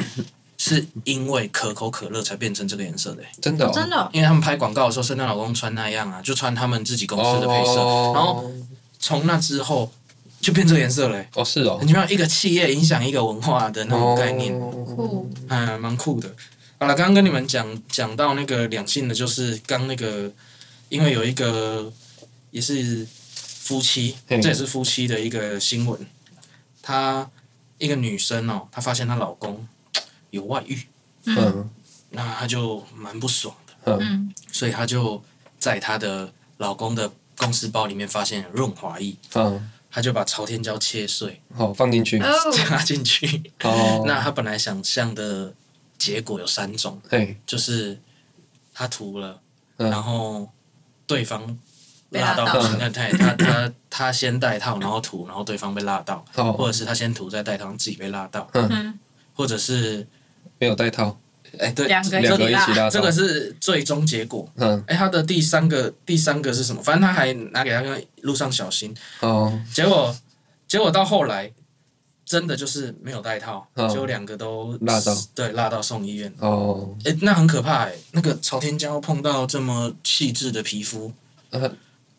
S2: 是因为可口可乐才变成这个颜色的、哎
S3: 真的哦
S4: 真的哦
S2: 因为他们拍广告的时候，圣诞老公穿那样啊，就穿他们自己公司的配色，
S3: 哦
S2: 然后从那之后就变这个颜色嘞、哎
S3: 哦是哦
S2: 很，奇妙，一个企业影响一个文化的那种概念，
S3: 哦
S4: 酷，
S2: 还嗯蛮酷的。好了，刚刚跟你们讲讲到那个两性的，就是刚那个，因为有一个也是夫妻，
S3: 嘿
S2: 这也是夫妻的一个新闻，她一个女生哦，她发现她老公有外遇，
S3: 嗯
S2: 那她就蛮不爽的，
S3: 嗯
S4: 嗯，
S2: 所以她就在她的老公的公司包里面发现润滑液，
S3: 嗯，
S2: 她就把朝天椒切碎
S3: 好放进去
S4: 哦，
S2: 加进去。
S3: 哦，
S2: 那他本来想象的结果有三种，
S3: 嘿
S2: 就是他涂了，
S3: 嗯
S2: 然后对方
S4: 被
S2: 辣到
S4: 辣
S3: 到
S2: 不行，那他他他他先戴套，然后涂，然后对方被辣到，或
S3: 哦
S2: 者是他先涂再戴套，自己被辣到，
S4: 嗯，
S2: 或者是
S3: 没有带套，
S2: 哎对，
S1: 两个
S3: 两个一起
S1: 拉，
S3: 拉
S2: 这个是最终结果。
S3: 嗯
S2: 哎，他的第三个第三个是什么？反正他还拿给他看路上小心，
S3: 哦
S2: 结果结果到后来真的就是没有戴套，
S3: 嗯
S2: 结果两个都
S3: 辣到，
S2: 对，辣到送医院。
S3: 哦，
S2: 哎、那很可怕哎、那个朝天椒碰到这么细致的皮肤，
S3: 呃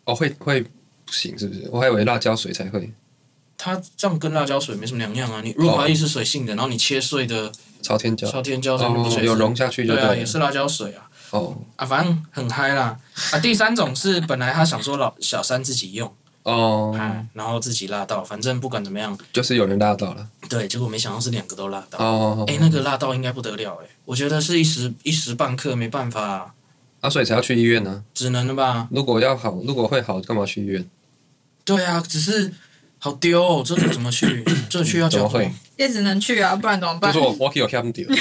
S3: 哦会会不行是不是？我还以为辣椒水才会，
S2: 它这样跟辣椒水没什么两样啊。你润
S3: 哦
S2: 滑液是水性的，然后你切碎的
S3: 朝天椒
S2: 朝天椒上面不
S3: 哦
S2: 水
S3: 有
S2: 性
S3: 融下去就
S2: 对啊，
S3: 对
S2: 也
S3: 了
S2: 是辣椒水啊。
S3: 哦
S2: 啊，反正很嗨啦。啊，第三种是本来他想说老小三自己用，
S3: 哦
S2: 啊，然后自己辣到，反正不管怎么样，
S3: 就是有人辣到了
S2: 对，结果没想到是两个都辣到。
S3: 哦
S2: 哎、，那个辣到应该不得了哎、我觉得是一时一时半刻没办法，
S3: 啊所以才要去医院呢。
S2: 只能了吧。
S3: 如果要好，如果会好，干嘛去医院？
S2: 对啊，只是好丢哦，这个怎么去？这去要
S3: 嗯怎
S2: 教
S3: 么会
S2: 会？？
S4: 也只能去啊，不然怎么
S3: 就
S4: 办
S3: 是？我我有看不到，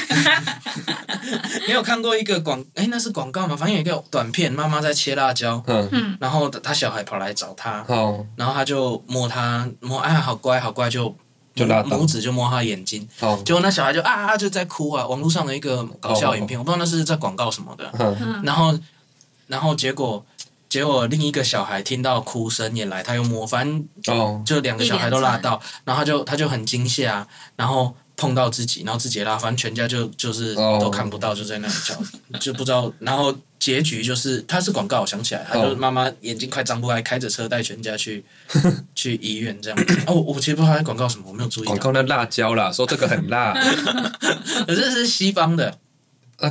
S2: 你有看过一个广？哎，那是广告吗？反正有一个短片，妈妈在切辣椒，
S3: 嗯，
S2: 然后她小孩跑来找她，
S3: 好
S2: 然后她就摸她摸，哎，好乖，好乖，就
S3: 就辣到
S2: 拇指就摸她眼睛，
S3: 好，
S2: 结果那小孩就啊啊就在哭啊。网络上的一个搞笑影片，我不知道那是在广告什么的。
S3: 嗯
S2: 然后，然后结果。结果另一个小孩听到哭声也来，他又摸，反正
S3: 哦
S2: 就两个小孩都辣到，然后他就他就很惊吓、啊然后碰到自己，然后自己也辣，反正全家就就是
S3: 哦
S2: 都看不到，就在那里叫， 就不知道。然后结局就是他是广告，我想起来，他
S3: 哦
S2: 就是妈妈眼睛快张不开，开着车带全家去 去医院这样子。哦，我我其实不知道他在广告什么，我没有注意
S3: 广
S2: 到，
S3: 告那辣椒啦，说这个很 辣，
S2: 可是是西方的，
S3: 啊，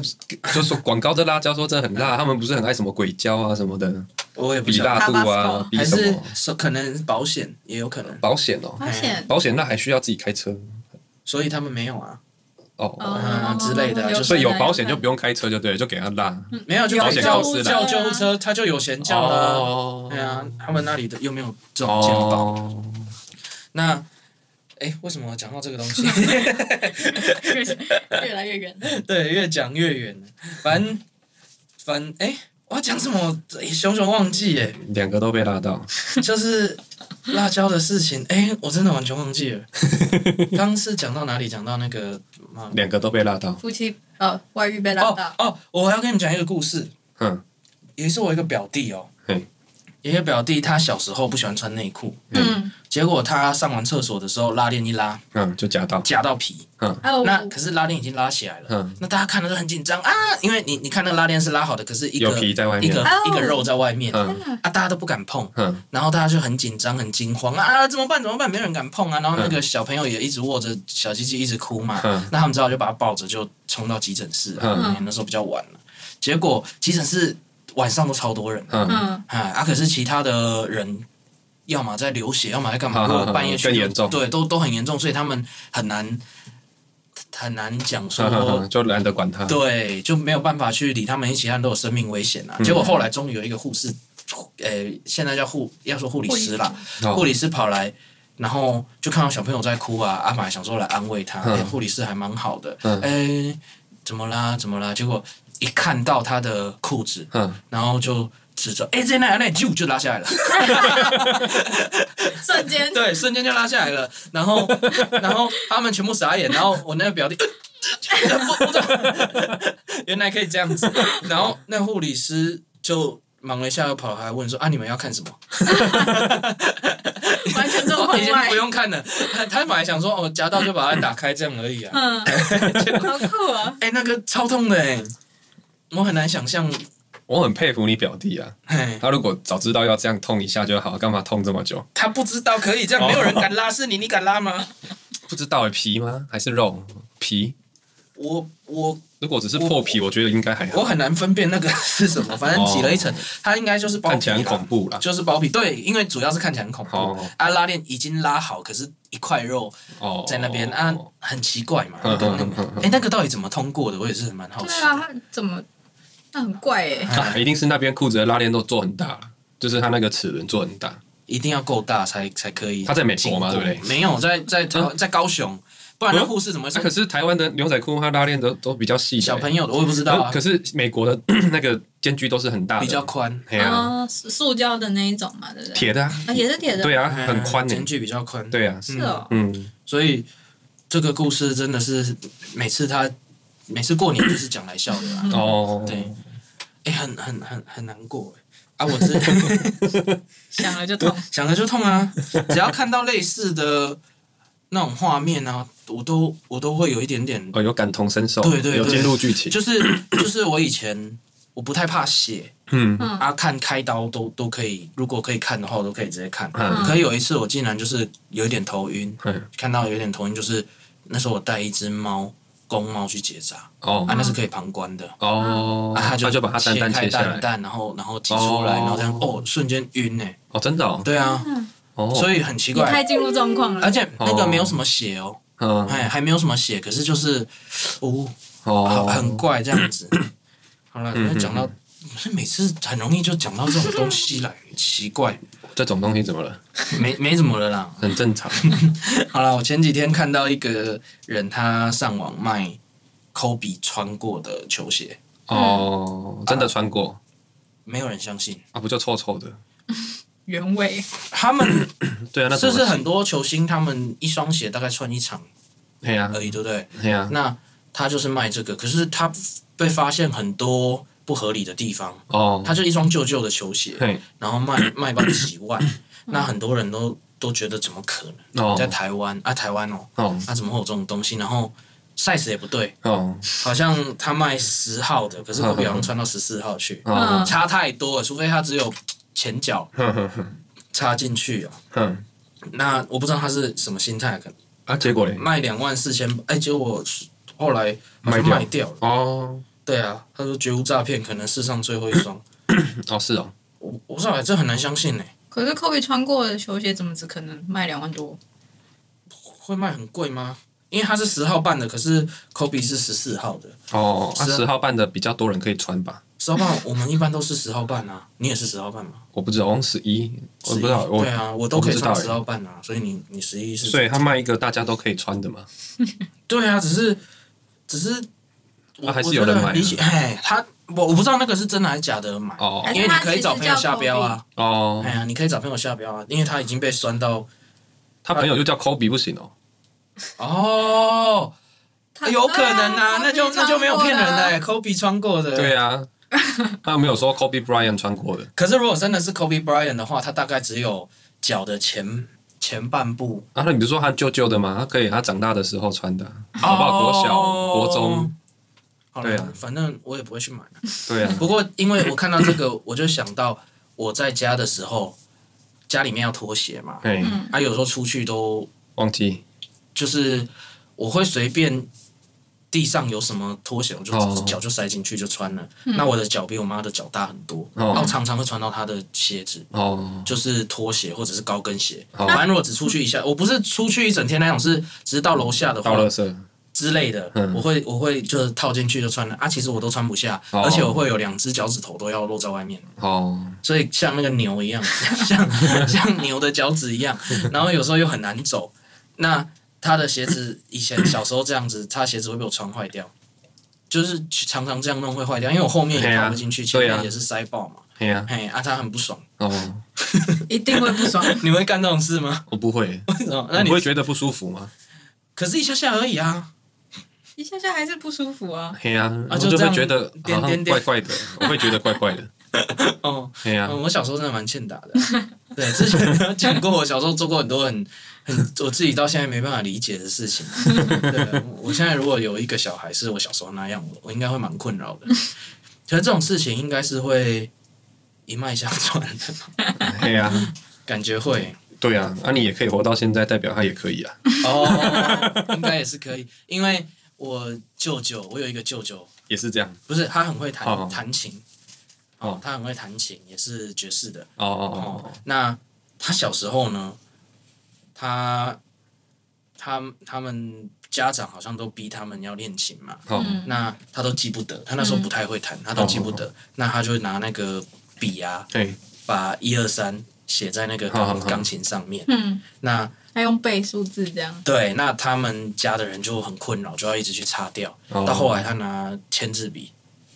S3: 就说广告这辣椒说这很辣，他们不是很爱什么鬼椒啊什么的，
S2: 我也不
S3: 比
S2: 知道，
S3: 辣度啊，比
S2: 还
S3: 什
S2: 是
S3: 么
S2: 是可能保险也有可能，
S3: 保险哦，
S4: 发现
S3: 保险那还需要自己开车
S2: 所以他们没有啊，
S3: 哦，
S2: 嗯之类的啊就是
S3: 所以有保险就不用开车就对了，就给他辣
S2: 没有就
S3: 保
S2: 叫
S3: 险公司的
S2: 叫救护车，他就有钱叫了啊。
S3: 哦
S2: 对啊，他们那里的又没有这种健保。
S3: 哦，
S2: 那，哎、为什么我讲到这个东西？
S4: 越越来越远。
S2: 对，越讲越远了。反正，反正，哎、我要讲什么？诶熊熊忘记哎、
S3: 两个都被辣到，
S2: 就是辣椒的事情。哎、我真的完全忘记了。刚是讲到哪里？讲到那个妈
S3: 两个都被辣到，
S4: 夫妻呃外遇被拉
S2: 哦
S4: 到，
S2: 哦，我要跟你们讲一个故事。
S3: 嗯，
S2: 也是我一个表弟哦
S3: 嘿，
S2: 爷爷表弟他小时候不喜欢穿内裤，
S4: 嗯，
S2: 结果他上完厕所的时候拉链一拉，
S3: 嗯，就夹到，
S2: 夹到皮。
S4: 哦，
S2: 那可是拉链已经拉起来了，
S3: 嗯
S2: 那大家看的都很紧张啊，因为你你看那个拉链是拉好的，可是一个
S3: 有皮在外
S2: 一
S3: 面，
S2: 个
S4: 哦
S2: 一个肉在外面，
S3: 嗯
S2: 啊，大家都不敢碰，
S3: 嗯
S2: 然后大家就很紧张、很惊慌啊啊，怎么办？怎么办？没有人敢碰啊。然后那个小朋友也一直握着小鸡鸡，一直哭嘛。
S3: 嗯
S2: 那他们只好就把他抱着，就冲到急诊室。
S3: 嗯
S2: 嗯，那时候比较晚了，结果急诊室晚上都超多人的，
S3: 嗯，
S4: 嗯，
S2: 哎啊，可是其他的人。要么在流血，要么在干嘛？
S3: 嗯
S2: 如果
S3: 嗯
S2: 半夜去，
S3: 更严重
S2: 对，都都很严重，所以他们很难很难讲说
S3: 嗯就懒得管他，
S2: 对，就没有办法去理他们，其他人都有生命危险啊。
S3: 嗯
S2: 结果后来终于有一个护士，呃，现在叫护，要说护理师啦，
S3: 哦
S2: 护理师跑来。然后就看到小朋友在哭啊，阿玛想说来安慰他，
S3: 嗯
S2: 哎护理师还蛮好的，
S3: 嗯
S2: 哎，怎么啦？怎么啦？结果一看到他的裤子，
S3: 嗯，
S2: 然后就指着，哎，这那那就就拉下来了，
S4: 瞬间
S2: 对，瞬间就拉下来了。然后， 然后他们全部傻眼。然后我那个表弟，呃不不不 原来可以这样子。然后那护理师就忙了一下，又跑来问说：“啊，你们要看什么？”
S4: 完全状
S2: 我
S4: 况
S2: 已经
S4: 外
S2: 不，用看了。他他本来想说：“哦，夹到就把它打开，这样而已啊。
S4: 嗯，好酷啊！”
S2: 哎，那个超痛的哎，我很难想象。
S3: 我很佩服你表弟啊，
S2: 哎，
S3: 他如果早知道要这样痛一下就好，干嘛痛这么久？
S2: 他不知道可以这样，没有人敢拉，是你，你敢拉吗？
S3: 不知道欸皮吗？还是肉？皮？
S2: 我我
S3: 如果只是破皮，我觉得应该还
S2: 我
S3: 好，
S2: 很难分辨那个是什么，反正挤了一层，它应该就是包
S3: 哦看起
S2: 皮啊
S3: 来很
S2: 啦
S3: 恐怖啦。
S2: 就是包皮，对，因为主要是看起来很恐怖。
S3: 哦
S2: 啊，拉链已经拉好，可是一块肉
S3: 哦，
S2: 在那边、啊，很奇怪嘛。
S3: 嗯
S2: 那个
S3: 嗯嗯嗯
S2: 哎、那个到底怎么通过的？我也是蛮好奇
S4: 对
S2: 的。
S4: 啊，他怎么那很怪哎、
S3: 啊， 一定是那边裤子的拉链都做很大啦，就是它那个齿轮做很大。啊
S2: 一定要够大才才可以。
S3: 他在美国嘛
S2: 经过
S3: 对不对
S2: 没有，在在台湾在高雄，不然那
S3: 嗯
S2: 护士怎么会
S3: 啊、可
S2: 说
S3: 是台湾的牛仔裤它拉链都都比较细的欸、
S2: 小朋友的？我也不知道啊
S3: 可，是可是美国的 那个间距都是很大的，
S2: 比较宽，
S3: 嘿啊，
S4: 哦，塑塑胶的那一种嘛，对不对？
S3: 铁的啊，
S4: 啊，也是铁的，
S3: 对啊，
S2: 嗯
S3: 很宽呢、
S2: 间距比较宽。，
S3: 对啊，
S4: 是哦，
S3: 嗯，
S2: 所以这个故事真的是每次他每次过年就是讲来笑的啦。
S3: 哦，
S2: 嗯对，哎、很很很很难过哎、啊，我 之
S4: 想了就痛。
S2: 想着就痛啊！ 只要看到类似的那种画面啊，我都我都会有一点点，
S3: 哦，有感同身受，
S2: 对对对
S3: 有进入剧情，
S2: 就是 就是我以前我不太怕血
S3: 嗯
S4: 嗯
S2: 啊，看开刀都都可以，如果可以看的话，我都可以直接看。
S3: 嗯
S2: 可有一次我竟然就是有一点头晕，
S3: 嗯，
S2: 看到有点头晕，就是那时候我带一只猫公猫去结扎啊，
S3: 哦
S4: 嗯
S2: 那是可以旁观的。
S3: 哦，
S2: 啊，它就
S3: 就把它单单
S2: 切
S3: 切
S2: 开
S3: 下
S2: 蛋
S3: 来，
S2: 蛋，然后然后挤出来，
S3: 哦
S2: 然后这样哦，瞬间晕哎、
S3: 哦，真的哦，
S2: 对啊，
S3: 哦，
S2: 所以很奇
S4: 你
S2: 怪，啊
S4: 太进入状况了
S2: 而，且那个没有什么血哦，
S3: 嗯，
S2: 哎、还没有什么血，可是就是，哦，
S3: 哦，
S2: 好很怪这样 子。好了，
S3: 嗯
S2: 那讲到，是每次很容易就讲到这种东西来，奇 怪，
S3: 这种东西怎么了？
S2: 没没怎么了啦。
S3: 很正 常，
S2: 好了，我前几天看到一个人，他上网卖科比穿过的球鞋，
S3: 哦，真的穿过
S2: 没有人相信。
S3: 啊，不就臭臭的？
S4: 原味
S2: 他们
S3: 对啊， 那
S2: 是
S3: 怎
S2: 不
S3: 么
S2: 是很多球星，他们一双鞋大概穿一场
S3: 嘿呀
S2: 而已，对不对？
S3: 嘿呀，
S2: 那他就是卖这个，可是他被发现很多不合理的地方。
S3: 哦，
S2: 他就一双旧旧的球鞋，
S3: 嘿，
S2: 然后卖 卖到几万，那很多人都都觉得怎么可能？
S3: 哦
S2: 在台湾啊，台湾哦，
S3: 哦
S2: 啊怎么会有这种东西？然后 size 也不对，
S3: 哦
S2: 好像他卖十号的，可是我比好像穿到十四号去，
S3: 嗯哦，
S2: 差太多了。除非他只有前脚
S3: 哼哼哼
S2: 插进去啊，
S3: 哼，
S2: 那我不知道他是什么心态，可能
S3: 啊，结果嘞？
S2: 卖两万四千，哎，结果后来好像
S3: 卖掉
S2: 卖掉了。
S3: 哦
S2: 对啊，他说绝无诈骗，可能世上最后一双。
S3: 哦是哦，
S2: 我我不知道，这很难相信呢、
S4: 可是 Kobe 穿过的球鞋怎么只可能卖两万多？
S2: 会卖很贵吗？因为它是十号办的，可是 Kobe 是十四号的。
S3: 哦，那
S2: 是啊
S3: 十号办的比较多人可以穿吧？
S2: 十号办我们一般都是十号办啊，你也是十号办吗？
S3: 我不知道，我十一，我不知道，
S2: 11
S3: 我
S2: 对啊，我都可以穿
S3: 我不
S2: 十
S3: 知道
S2: 号办啊，所以你你十一是
S3: 所以他卖一个大家都可以穿的嘛？
S2: 对啊，只是只是我、
S3: 啊还是
S2: 我觉
S3: 有
S2: 得
S3: 人
S2: 很
S3: 买啊
S2: 理解，哎，他我我不知道那个是真的还是假的买，
S3: 哦
S4: 还
S2: 因为
S4: 是
S2: 你
S4: 他
S2: 可以找朋友下标啊，
S3: 哦
S2: 哎，呀，你可以找朋友下标啊，因为他已经被酸到
S3: 他朋友就叫 Kobe 不行哦，
S2: 哦，
S4: 他
S2: 有可能啊，
S4: 对
S2: 那就那就没有骗人了、
S4: 啊
S2: 哎，Kobe 穿过的，
S3: 对啊， 他没有说 Kobe Bryant 穿过的，
S2: 可是如果真的是 Kobe Bryant 的话，他大概只有脚的前前半部，
S3: 啊，那你不是说他旧旧的吗？他可以，他长大的时候穿的啊，好不好？国小、
S2: 哦
S3: 国中，
S2: 好了
S3: 对啊
S2: 反正我也不会去买。
S3: 对啊，
S2: 不过因为我看到这 个，我就想到我在家的时候，家里面要脱鞋嘛，
S3: 哎，
S4: 嗯
S2: 啊，有时候出去都
S3: 忘记
S2: 就是我会随便地上有什么拖鞋，我就
S3: 哦嗯
S2: 脚就塞进去就穿了。那我的脚比我妈的脚大很多，
S3: 哦
S2: 然后常常会穿到她的鞋子，
S3: 哦，
S2: 就是拖鞋或者是高跟鞋。
S3: 哦
S2: 反正如果只出去一下，我不是出去一整天那种，是只是到楼下的话
S3: 到垃圾，
S2: 之类的，
S3: 嗯
S2: 我会我会就是套进去就穿了啊。其实我都穿不下，
S3: 哦
S2: 而且我会有两只脚趾头都要露在外面。
S3: 哦，
S2: 所以像那个牛一样， 像像牛的脚趾一样，然后有时候又很难走。那他的鞋子以前小时候这样子，他鞋子会被我穿坏掉，就是常常这样弄会坏掉，因为我后面也
S3: 对啊
S2: 跑不进去，前
S3: 对啊
S2: 面也是塞爆嘛。
S3: 哎呀，
S2: 嘿，啊，他很不爽。
S3: 哦，
S4: 一定会不爽。
S2: 你会干这种事吗？
S3: 我不会，
S2: 为什么？那
S3: 你
S2: 你
S3: 不会觉得不舒服吗？
S2: 可是一下下而已啊。
S4: 一下下还是不舒服啊，
S3: 嘿呀，
S2: 啊
S3: 我
S2: 就这
S3: 就会
S2: 样
S3: 觉得
S2: 颠
S3: 好
S2: 颠
S3: 像
S2: 颠
S3: 怪怪的，我会觉得怪 怪的，
S2: 哦，
S3: 嘿啊呀
S2: 嗯，，我小时候真的蛮欠打的。啊 对，之前有讲过，我小时候做过很多很很我自己到现在没办法理解的事情。对，我现在如果有一个小孩是我小时候那样，我我应该会蛮困扰的。可是这种事情应该是会一脉相传的，
S3: 嘿呀，
S2: 感觉会
S3: 对啊，那你也可以活到现在，代表他也可以啊，
S2: 哦，应该也是可以，因为我舅舅，我有一个舅舅，
S3: 也是这样，
S2: 不是他很会弹
S3: 哦
S2: 弹琴，
S3: 哦
S2: 他很会弹琴，也是爵士的。
S3: 哦哦
S2: 哦，那他小时候呢，他他他们家长好像都逼他们要练琴嘛，
S3: 哦哦，
S4: 嗯
S2: 那他都记不得，他那时候不太会弹，他都记不
S3: 嗯
S2: 得，那他就拿那个笔啊，
S3: 对，
S2: 把一二三写在那个
S3: 好
S2: 钢
S3: 好好
S2: 钢琴上面。
S4: 嗯，
S2: 那
S4: 还用背数字这样，
S2: 对，那他们家的人就很困扰，就要一直去擦掉。
S3: 哦
S2: 到后来他拿签字笔，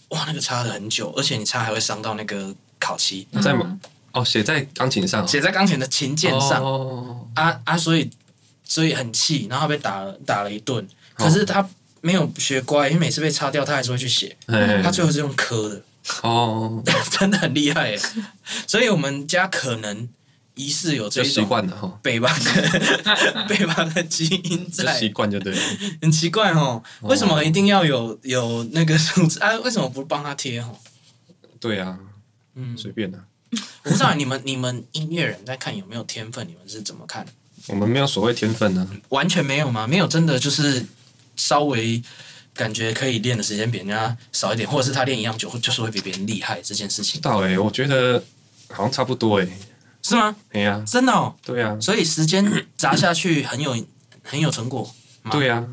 S2: 哇，那个擦了很久，而且你擦还会伤到那个烤漆，
S3: 在
S4: 嗯
S3: 哦写在钢琴上哦，
S2: 写在钢琴的琴键上。
S3: 哦
S2: 啊啊，所以所以很气，然后他被打了打了一顿。
S3: 哦
S2: 可是他没有学乖，因为每次被擦掉，他还是会去写。
S3: 嘿
S2: 他最后是用磕的，
S3: 哎 哦，
S2: 真的很厉害耶。所以我们家可能疑似有这
S3: 就
S2: 一
S3: 习
S2: 种
S3: 惯了哈，
S2: 北方的 北方的基因
S3: 就习
S2: 在，
S3: 惯就 对了。
S2: 很奇怪哦。
S3: 哦
S2: 为什么一定要有有那个数字啊？为什么不帮他贴哦？
S3: 对啊，
S2: 嗯，
S3: 随便啊，
S2: 我不知道你们你们音乐人在看有没有天分，你们是怎么看？
S3: 我们没有所谓天分啊。
S2: 完全没有吗？没有，真的就是稍微感觉可以练的时间比人家少一点，或者是他练一样久，就是会比别人厉害这件事
S3: 不
S2: 情
S3: 知，道哎、我觉得好像差不多哎、
S2: 是吗？
S3: 哎呀、
S2: 真的哦，
S3: 对啊呀、
S2: 所以时间 砸下去很有很有成果。
S3: 对呀、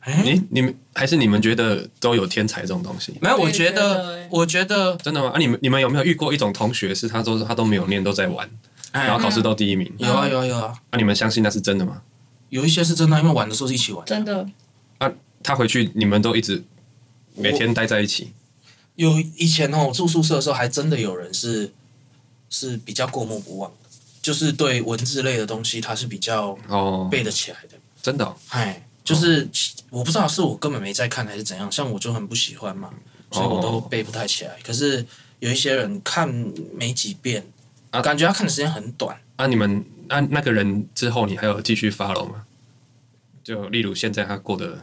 S2: 哎、
S3: 你你们还是你们觉得都有天才这种东西？
S2: 没有，我
S4: 我也
S2: 觉
S4: 觉得
S2: 得
S4: 哎，
S2: 我觉得，
S3: 真的吗？啊，你们你们有没有遇过一种同学是他都他都没有念，都在玩，
S2: 哎
S3: 然后考试都第一名？
S2: 有啊有啊有啊，
S3: 啊，你们相信那是真的吗？
S2: 有一些是真的，因为玩的时候是一起玩。
S4: 真的
S3: 他回去你们都一直每天待在一起，
S2: 有以前哦，我住宿舍的时候，还真的有人是是比较过目不忘的，就是对文字类的东西，他是比较
S3: 哦，
S2: 背得起来的。
S3: 真的、哦，
S2: 哎，就是、我不知道是我根本没在看还是怎样，像我就很不喜欢嘛，所以我
S3: 哦
S2: 都背不太起来。可是有一些人看没几遍，
S3: 啊
S2: 感觉他看的时间很短。
S3: 啊，你们啊那个人之后你还有继续 follow 吗？就例如现在他过得，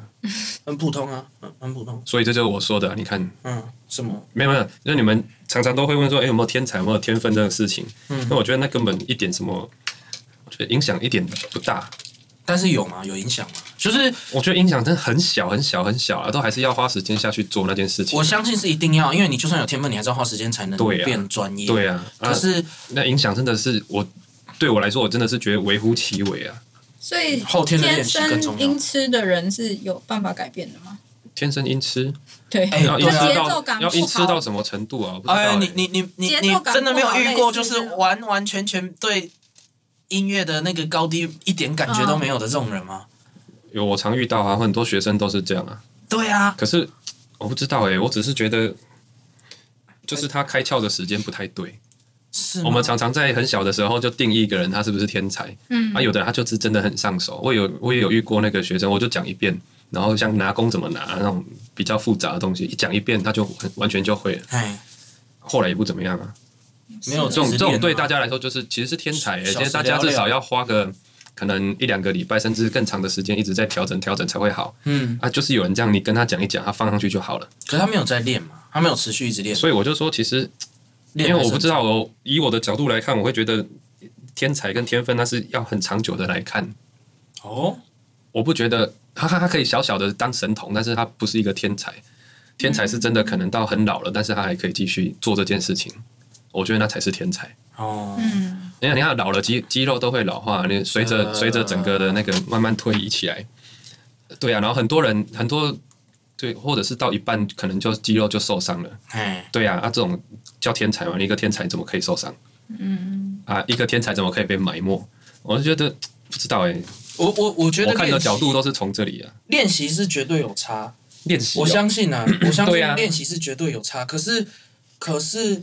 S2: 很普通啊，嗯，很普通，
S3: 所以这就是我说的啊、你看
S2: 嗯，什么？
S3: 没有没有，就是你们常常都会问说，哎、有没有天才，有没有天分这个事情？
S2: 嗯
S3: 那我觉得那根本一点什么，我觉得影响一点不大。
S2: 但是有吗？有影响吗？就是
S3: 我觉得影响真的很小很小很小啊，都还是要花时间下去做那件事情啊
S2: 我。相信是一定要，因为你就算有天分，你还是要花时间才能
S3: 对啊
S2: 变专业。
S3: 对啊，啊
S2: 可是
S3: 那影响真的是我对我来说，我真的是觉得微乎其微啊。
S4: 所以
S2: 后天的练
S4: 天
S2: 习更
S4: 生
S2: 重要
S4: 音。痴的人是有办法改变的吗？
S3: 天生音痴，
S4: 对，
S2: 哎
S3: 要音
S2: 对啊
S3: 痴
S4: 节奏
S3: 到
S4: 感
S3: 要
S4: 不
S3: 音痴
S4: 好
S3: 到什么程度啊？我不知道
S2: 哎，
S3: 欸
S2: 你你你你
S4: 节
S2: 你
S4: 奏感
S2: 真的没有遇过，
S4: 不好类似
S2: 就是
S4: 这种
S2: 完完全全对音乐的那个高低一点感
S4: 嗯
S2: 觉都没有的这种人吗？
S3: 有我常遇到啊，很多学生都是这样啊。
S2: 对啊，
S3: 可是我不知道哎、我只是觉得，就是他开窍的时间不太对。
S2: 是吗
S3: 我们常常在很小的时候就定义一个人他是不是天才，
S4: 嗯
S3: 啊，有的人他就是真的很上手。我有我也有遇过那个学生，我就讲一遍，然后像拿弓怎么拿那种比较复杂的东西，一讲一遍他就完完全就会了。
S2: 哎，
S3: 后来也不怎么样啊。
S2: 没有
S3: 这种
S2: 只是
S3: 这
S2: 练
S3: 种
S2: 啊
S3: 对大家来说，就是其实是天才、欸，
S2: 小
S3: 现
S2: 时
S3: 在大家
S2: 了了
S3: 至少要花个可能一两个礼拜，甚至更长的时间，一直在调整调整才会好
S2: 嗯，
S3: 啊。就是有人这样，你跟他讲一讲，他放上去就好了。
S2: 可是他没有在练嘛，他没有持续一直练，
S3: 所以我就说，其实因
S2: 练
S3: 为
S2: 还是
S3: 我不知道，我以我的角度来看，我会觉得天才跟天分那是要很长久的来看。
S2: 哦，
S3: 我不觉得他他他可以小小的当神童，但是他不是一个天才。天才是
S2: 嗯
S3: 真的可能到很老了，但是他还可以继续做这件事情。我觉得那才是天才。
S2: 哦，
S4: 嗯，
S3: 你看，你看老了肌肌肉都会老化，你随着
S2: 呃
S3: 随着整个的那个慢慢推移起来，对啊，然后很多人很多对，或者是到一半可能就肌肉就受伤了，
S2: 哎，
S3: 对啊，啊这种叫天才嘛，你一个天才怎么可以受伤？嗯啊，一个天才怎么可以被埋没？我就觉得不知道哎、
S2: 我我我觉得
S3: 我看的
S2: 练习
S3: 角度都是从这里啊，
S2: 练习是绝对有差，
S3: 练习哦、
S2: 我相信啊，我相信
S3: 对啊
S2: 练习是绝对有差。可是，可是，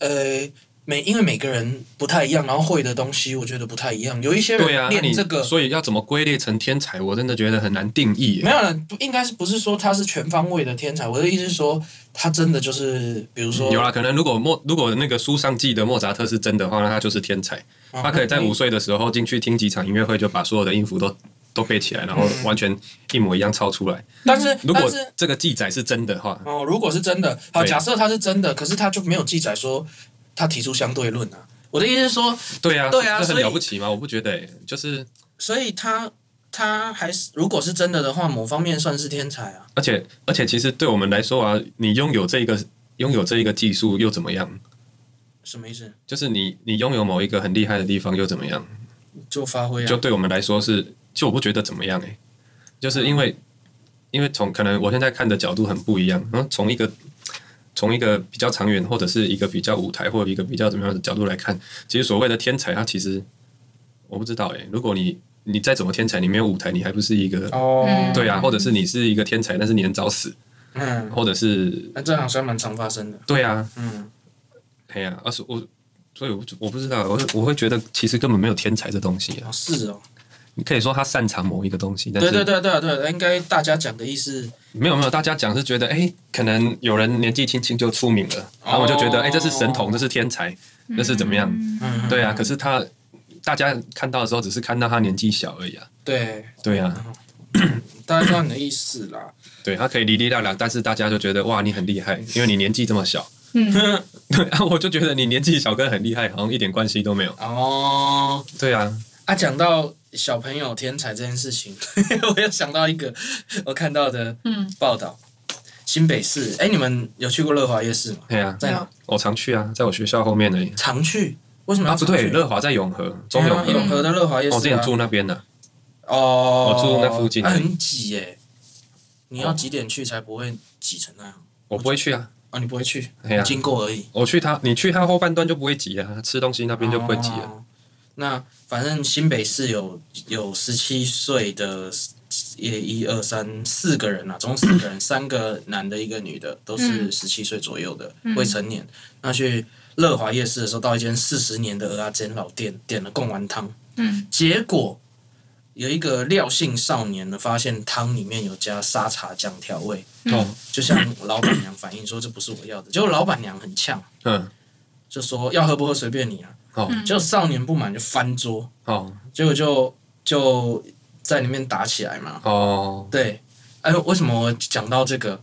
S2: 呃，每因为每个人不太一样，然后会的东西我觉得不太一样。有一些
S3: 对啊，
S2: 人
S3: 那
S2: 练
S3: 你
S2: 这个，
S3: 所以要怎么归类成天才，我真的觉得很难定义欸耶。
S2: 没有了，不应该是不是说他是全方位的天才？我的意思是说，他真的就是，比如说，
S3: 嗯有啦，可能如果莫如果那个书上记的莫扎特是真的话，那他就是天才。
S2: 嗯，
S3: 他可以在五岁的时候进去听几场音乐会，就把所有的音符都都背起来，然后完全一模一样抄出来。
S2: 但是嗯
S3: 如
S2: 但
S3: 果
S2: 是。
S3: 这个记载是真的话，
S2: 哦，如果是真的，好，
S3: 对
S2: 假设他是真的，可是他就没有记载说他提出相对论啊。我的意思是说，
S3: 对啊，
S2: 对啊
S3: 这
S2: 所
S3: 很
S2: 以
S3: 了不起吗？我不觉得耶，就是
S2: 所以他他还是如果是真的的话，某方面算是天才啊。
S3: 而且而且其实对我们来说啊，你拥有这个拥有这一个技术又怎么样？
S2: 什么意思？
S3: 就是你你拥有某一个很厉害的地方又怎么样？
S2: 就发挥啊，
S3: 就对我们来说是，就我不觉得怎么样哎、就是
S2: 嗯
S3: 因为因为从可能我现在看的角度很不一样，然后从一个从一个比较长远或者是一个比较舞台或者一个比较怎么样的角度来看，其实所谓的天才，他其实我不知道哎、如果你你再怎么天才，你没有舞台，你还不是一个、
S2: 哦，
S4: 嗯
S3: 对啊，或者是你是一个天才，但是你很早死，
S2: 嗯，
S3: 或者是
S2: 那这好像蛮常发生的，
S3: 对啊，
S2: 嗯，
S3: 哎呀、而是我。所以我不我不知道，我会我会觉得其实根本没有天才这东西啊
S2: 哦。是哦，
S3: 你可以说他擅长某一个东西，但
S2: 对
S3: 是
S2: 对对对对，应该大家讲的意思，
S3: 没有没有，大家讲是觉得，哎、可能有人年纪轻轻就出名了，然后我就觉得，哎、这是神童，这是天才，这是怎么样？
S2: 哦嗯，
S3: 对啊，可是他大家看到的时候，只是看到他年纪小而已啊。
S2: 对，
S3: 对啊，
S2: 大家知道你的意思啦，
S3: 对他可以哩哩啦啦，但是大家就觉得哇，你很厉害，因为你年纪这么小。
S2: 哼
S3: 对啊，我就觉得你年纪小跟很厉害好像一点关系都没有。
S2: 哦，
S3: 对啊，
S2: 啊，讲到小朋友天才这件事情， 我又想到一个我看到的
S4: 嗯
S2: 报道，新北市，哎，你们有去过乐华夜市吗？
S3: 对啊，
S2: 在哪？
S3: 我常去啊，在我学校后面而已。
S2: 常去？为什么
S3: 啊，
S2: 要
S3: 不
S2: 常去
S3: 对，乐华在永和，中
S2: 对
S3: 永
S2: 啊
S3: 和。哦
S2: 永和的乐华夜
S3: 我之
S2: 市
S3: 前
S2: 啊，
S3: 住那边呢、
S2: 哦，
S3: 我住那附近
S2: 啊很挤耶。你要几点去才不会挤成那样？
S3: 我不会去啊。
S2: 啊，你不会去，
S3: 哎呀、
S2: 经过而已，
S3: 我去他，你去他后半段就不会急啊，吃东西那边就不会急啊了。
S2: 哦那反正新北市有有十七岁的，也一二三四个人啊，总共四个人，三个男的，一个女的，都是十七岁左右的、未成年。那去乐华夜市的时候，到一间四十年的鹅阿煎老店，点了贡丸汤，
S4: 嗯，
S2: 结果有一个廖姓少年呢，发现汤里面有加沙茶酱调味，
S3: 哦，
S2: 就向老板娘反映说这不是我要的，结果老板娘很呛，
S3: 嗯，
S2: 就说要喝不喝随便你啊。
S3: 哦，
S2: 就少年不满就翻桌，
S3: 哦，
S2: 结果就就在里面打起来嘛。
S3: 哦，
S2: 对，哎，为什么我讲到这个？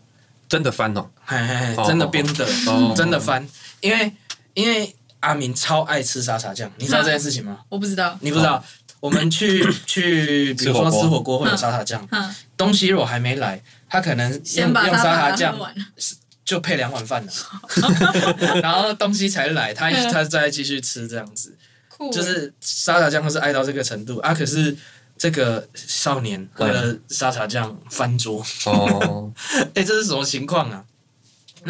S3: 真的翻哦，
S2: 嘿嘿嘿，
S3: 哦
S2: 真的编的，
S3: 哦
S2: 真的翻，因为因为阿明超爱吃沙茶酱，你知道这件事情
S3: 嗯
S2: 吗？
S4: 我不知道，
S2: 你不知道，我们 去去，比如说
S3: 哦吃火锅
S2: 吃火锅会有沙茶酱，
S4: 嗯，
S2: 东西如果还没来，他可能用
S4: 先把
S2: 用
S4: 它
S2: 沙茶
S4: 把它
S2: 酱
S4: 喝完，
S2: 就配两碗饭 了，然后东西才来，他他再继续吃这样子。
S4: 酷，
S2: 就是沙茶酱都是爱到这个程度啊，可是这个少年为了沙茶酱翻桌，
S3: 哦，
S2: 哎、这是什么情况啊？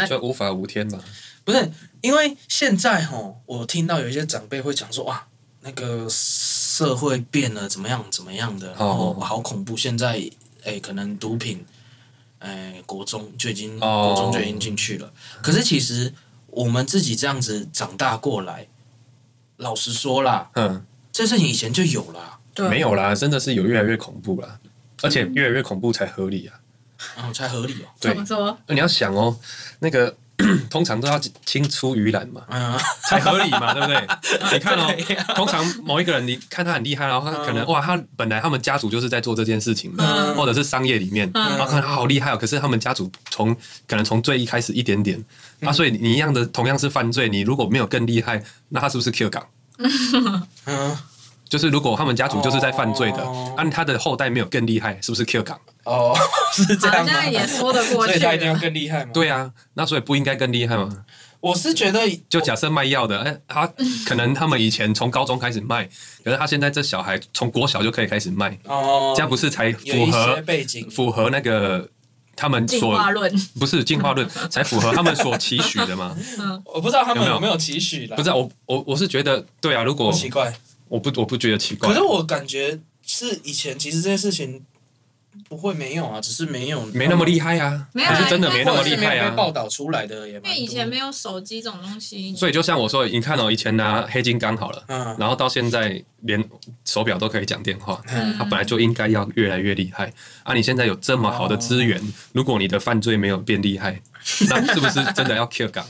S3: 就无法无天嘛。
S2: 不是，因为现在吼，我听到有一些长辈会讲说，哇，那个社会变了，怎么样怎么样的，然后
S3: 哦
S2: 好恐怖，现在哎、可能毒品，哎、国中就已经、
S3: 哦
S2: 国中就已经进去了，可是其实我们自己这样子长大过来，老实说啦，
S3: 嗯，
S2: 这事情以前就有啦、
S4: 对
S3: 没有啦，真的是有越来越恐怖啦，而
S2: 嗯
S3: 且越来越恐怖才合理啊。呃
S2: 然后才合理哦。
S3: 对
S4: 怎么说？
S3: 你要想哦，那个 通常都要青出于蓝嘛，
S2: 嗯，
S3: 才合理嘛，对不对？你看哦，通常某一个人，你看他很厉害，然后他可能、哇，他本来他们家族就是在做这件事情的，
S2: 嗯
S3: 或者是商业里面，
S4: 嗯
S3: 然后看他好厉害哦，可是他们家族从可能从最一开始一点点，啊，所以你一样的同样是犯罪，你如果没有更厉害，那他是不是 Q 港？
S2: 嗯，
S3: 就是如果他们家族就是在犯罪的，
S2: 哦
S3: 按、他的后代没有更厉害，是不是 Q 港？
S2: 哦， 是这
S4: 好
S2: 样吗？
S4: 像也说得过
S2: 所以
S4: 去
S2: 他一定要
S4: 了。
S2: 更厉害吗？，
S3: 对啊，那所以不应该更厉害吗？
S2: 我是觉得
S3: 就假设卖药的，哎、他可能他们以前从高中开始卖，可是他现在这小孩从国小就可以开始卖，
S2: 哦，
S3: 这样不是才
S2: 有
S3: 符
S2: 一些
S3: 合
S2: 背景，
S3: 符合那个他们
S4: 进
S3: 所
S4: 化论，
S3: 不是进化论，才符合他们所期许的嘛？
S2: 我不知道他们
S3: 有没有
S2: 有没有期许啦，
S3: 不是啊、我我我是觉得对啊，如果
S2: 不奇怪。
S3: 我不我不觉得奇怪，
S2: 可是我感觉是以前其实这些事情不会没有啊，只是没有
S3: 没那么厉害啊，
S4: 没有啊
S3: 可是真的没那么
S2: 或者
S3: 厉害
S2: 是没有
S3: 啊
S2: 被。报道出来的也蛮
S4: 因
S2: 多
S4: 为以前没有手机这种东西，
S3: 嗯所以就像我说，你看哦，以前拿黑金刚好了，
S2: 嗯
S3: 然后到现在连手表都可以讲电话，
S2: 嗯
S3: 他本来就应该要越来越厉害啊！你现在有这么好的资源，如果你的犯罪没有变厉害，那是不是真的要 Q 港？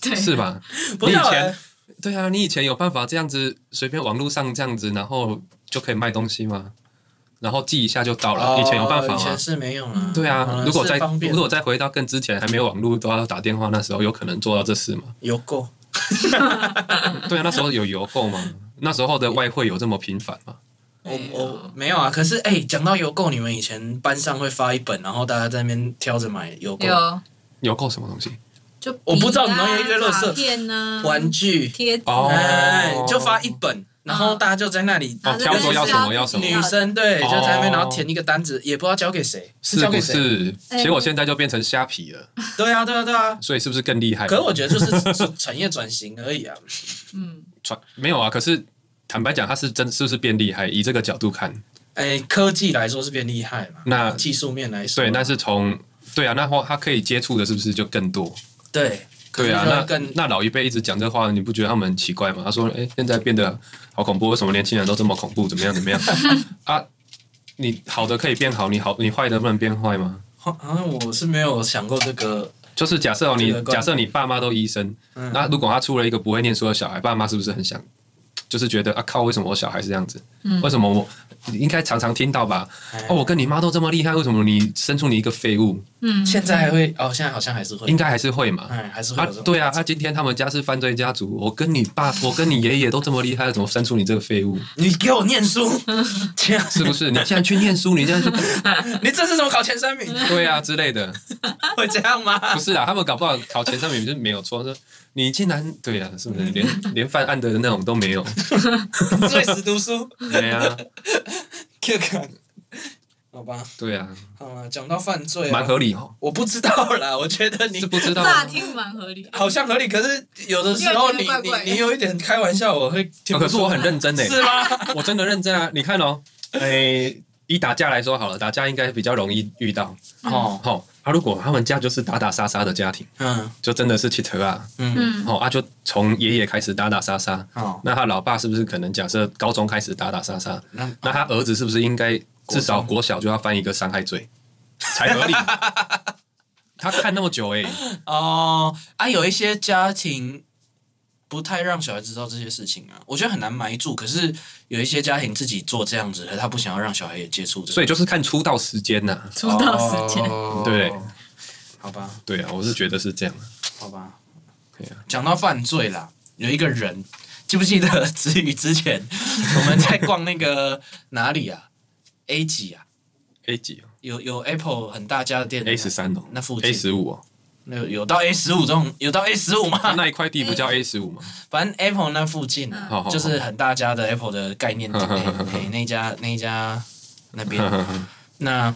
S4: 对，
S3: 是吧？
S2: 不是
S3: 你以
S2: 啊
S3: 前对啊，你以前有办法这样子随便网络上这样子，然后就可以卖东西吗？然后记一下就到了，
S2: 哦
S3: 以前有办法
S2: 以
S3: 吗
S2: 前？是没有啊
S4: 嗯。
S3: 对
S2: 可
S3: 啊
S2: 能，
S3: 如果
S2: 是
S3: 再
S2: 方便
S3: 如果再回到更之前还没有网络都要打电话，那时候有可能做到这事吗？
S2: 有够，
S3: 对啊，那时候有邮购吗？那时候的外汇有这么频繁吗？
S2: 我我没有啊。可是哎，讲到邮购，你们以前班上会发一本，然后大家在那边挑着买邮购
S4: 有
S3: 邮购什么东西？
S4: 就
S2: 我不知道
S4: 笔啊
S2: 你们有一个垃圾
S4: 卡片呢，
S2: 玩具，
S4: 贴纸啊
S3: 哦
S2: 哎，就发一本，然后大家就在那里
S3: 哦挑说要什么要什么
S2: 女生对，就在那边，
S3: 哦
S2: 然后填一个单子，也不知道交给谁，
S3: 是
S2: 交
S3: 不
S2: 给谁？
S3: 是？
S4: 哎
S3: 结果现在就变成虾皮了，
S2: 对啊，对啊，对啊。
S3: 所以是不是更厉害？
S2: 可是我觉得就是产业转型而已啊。
S4: 嗯，
S3: 传没有啊，可是坦白讲，它是真是不是变厉害？以这个角度看，
S2: 哎，科技来说是变厉害嘛，
S3: 那
S2: 技术面来说，
S3: 对，那是从对啊，那话它可以接触的是不是就更多？
S2: 对
S3: 对啊，
S2: 可能
S3: 那
S2: 就更
S3: 那老一辈一直讲这话，你不觉得他们很奇怪吗？他说：“哎、现在变得好恐怖，为什么年轻人都这么恐怖？怎么样怎么 样啊？你好的可以变好，你好你坏的不能变坏吗？
S2: 好像我是没有想过这个，
S3: 就是假设、哦、你
S2: 这个观
S3: 假设你爸妈都医生，
S2: 嗯
S3: 那如果他出了一个不会念书的小孩，爸妈是不是很想，就是觉得啊靠，为什么我小孩是这样子？
S2: 嗯
S3: 为什么我你应该常常听到吧？
S2: 哎
S3: 哦，我跟你妈都这么厉害，为什么你生出你一个废物？
S4: 嗯，
S2: 现在还会哦，现在好像还是会
S3: 应，该还是会嘛。
S2: 哎，还是会
S3: 啊
S2: 有这，种
S3: 对啊，他、今天他们家是犯罪家族，我跟你 爸，我跟你爷爷都这么厉害，怎么生出你这个废物？
S2: 你给我念 书，这样
S3: 是不是？你竟然去念书，你这样去，
S2: 你这次怎么考前三名？
S3: 对啊之类的，
S2: 会这样吗
S3: 不？是啊，他们搞不好考前三名是没有错，说你竟然对啊，是不是连连犯案的那种都没有？
S2: 最死读书
S3: 对啊，
S2: ，Q 看，好吧，
S3: 对啊，
S2: 好了，讲到犯罪、啊，
S3: 蛮合理哦，
S2: 我不知道啦，我觉得你
S3: 是不知道
S4: 乍
S3: 啊。
S4: 听蛮合理的，
S2: 好像合理，可是有的时候
S4: 因为
S2: 你
S4: 觉得怪怪的
S2: 你你有一点开玩笑，我会听不
S3: 哦可是
S2: 出
S3: 我
S2: 来、
S3: 很认真呢，
S2: 是吗？
S3: 我真的认真啊！你看哦，诶，以打架来说好了，打架应该比较容易遇到。
S2: 哦，
S3: 好、啊，如果他们家就是打打杀杀的家庭，
S2: 嗯
S3: 就真的是汽车啊，
S2: 嗯，
S4: 嗯，
S3: 好、啊，就从爷爷开始打打杀杀。
S2: 好，
S3: 那他老爸是不是可能假设高中开始打打杀杀？
S2: 那
S3: 那他儿子是不是应该至少国小就要犯一个伤害罪才合理？ 他看那么久欸诶，
S2: 哦啊，有一些家庭不太让小孩知道这些事情啊，我觉得很难埋住。可是有一些家庭自己做这样子，可是他不想要让小孩也接触这个，
S3: 所以就是看出道时间呐、
S4: 出道时间，
S2: 哦
S3: 对，
S2: 好吧，
S3: 对啊，我是觉得是这样。
S2: 好吧
S3: 可以啊。
S2: 讲到犯罪啦，有一个人，记不记得子宇之前我们在逛那个哪里啊？A 几啊？
S3: A 几
S2: 有有 Apple 很大家的店
S3: ？A 十三哦
S2: 那附近
S3: ，A 十五哦，
S2: 有有到 A 十五这种，有到 A 十五吗？
S3: 那一块地不叫 A 十五吗？
S2: 反正 Apple 那附近
S3: 好好
S4: 哦
S2: 啊，
S3: 好
S2: 就是很大家的 Apple 的概念店，哎那一 家那一家那边，那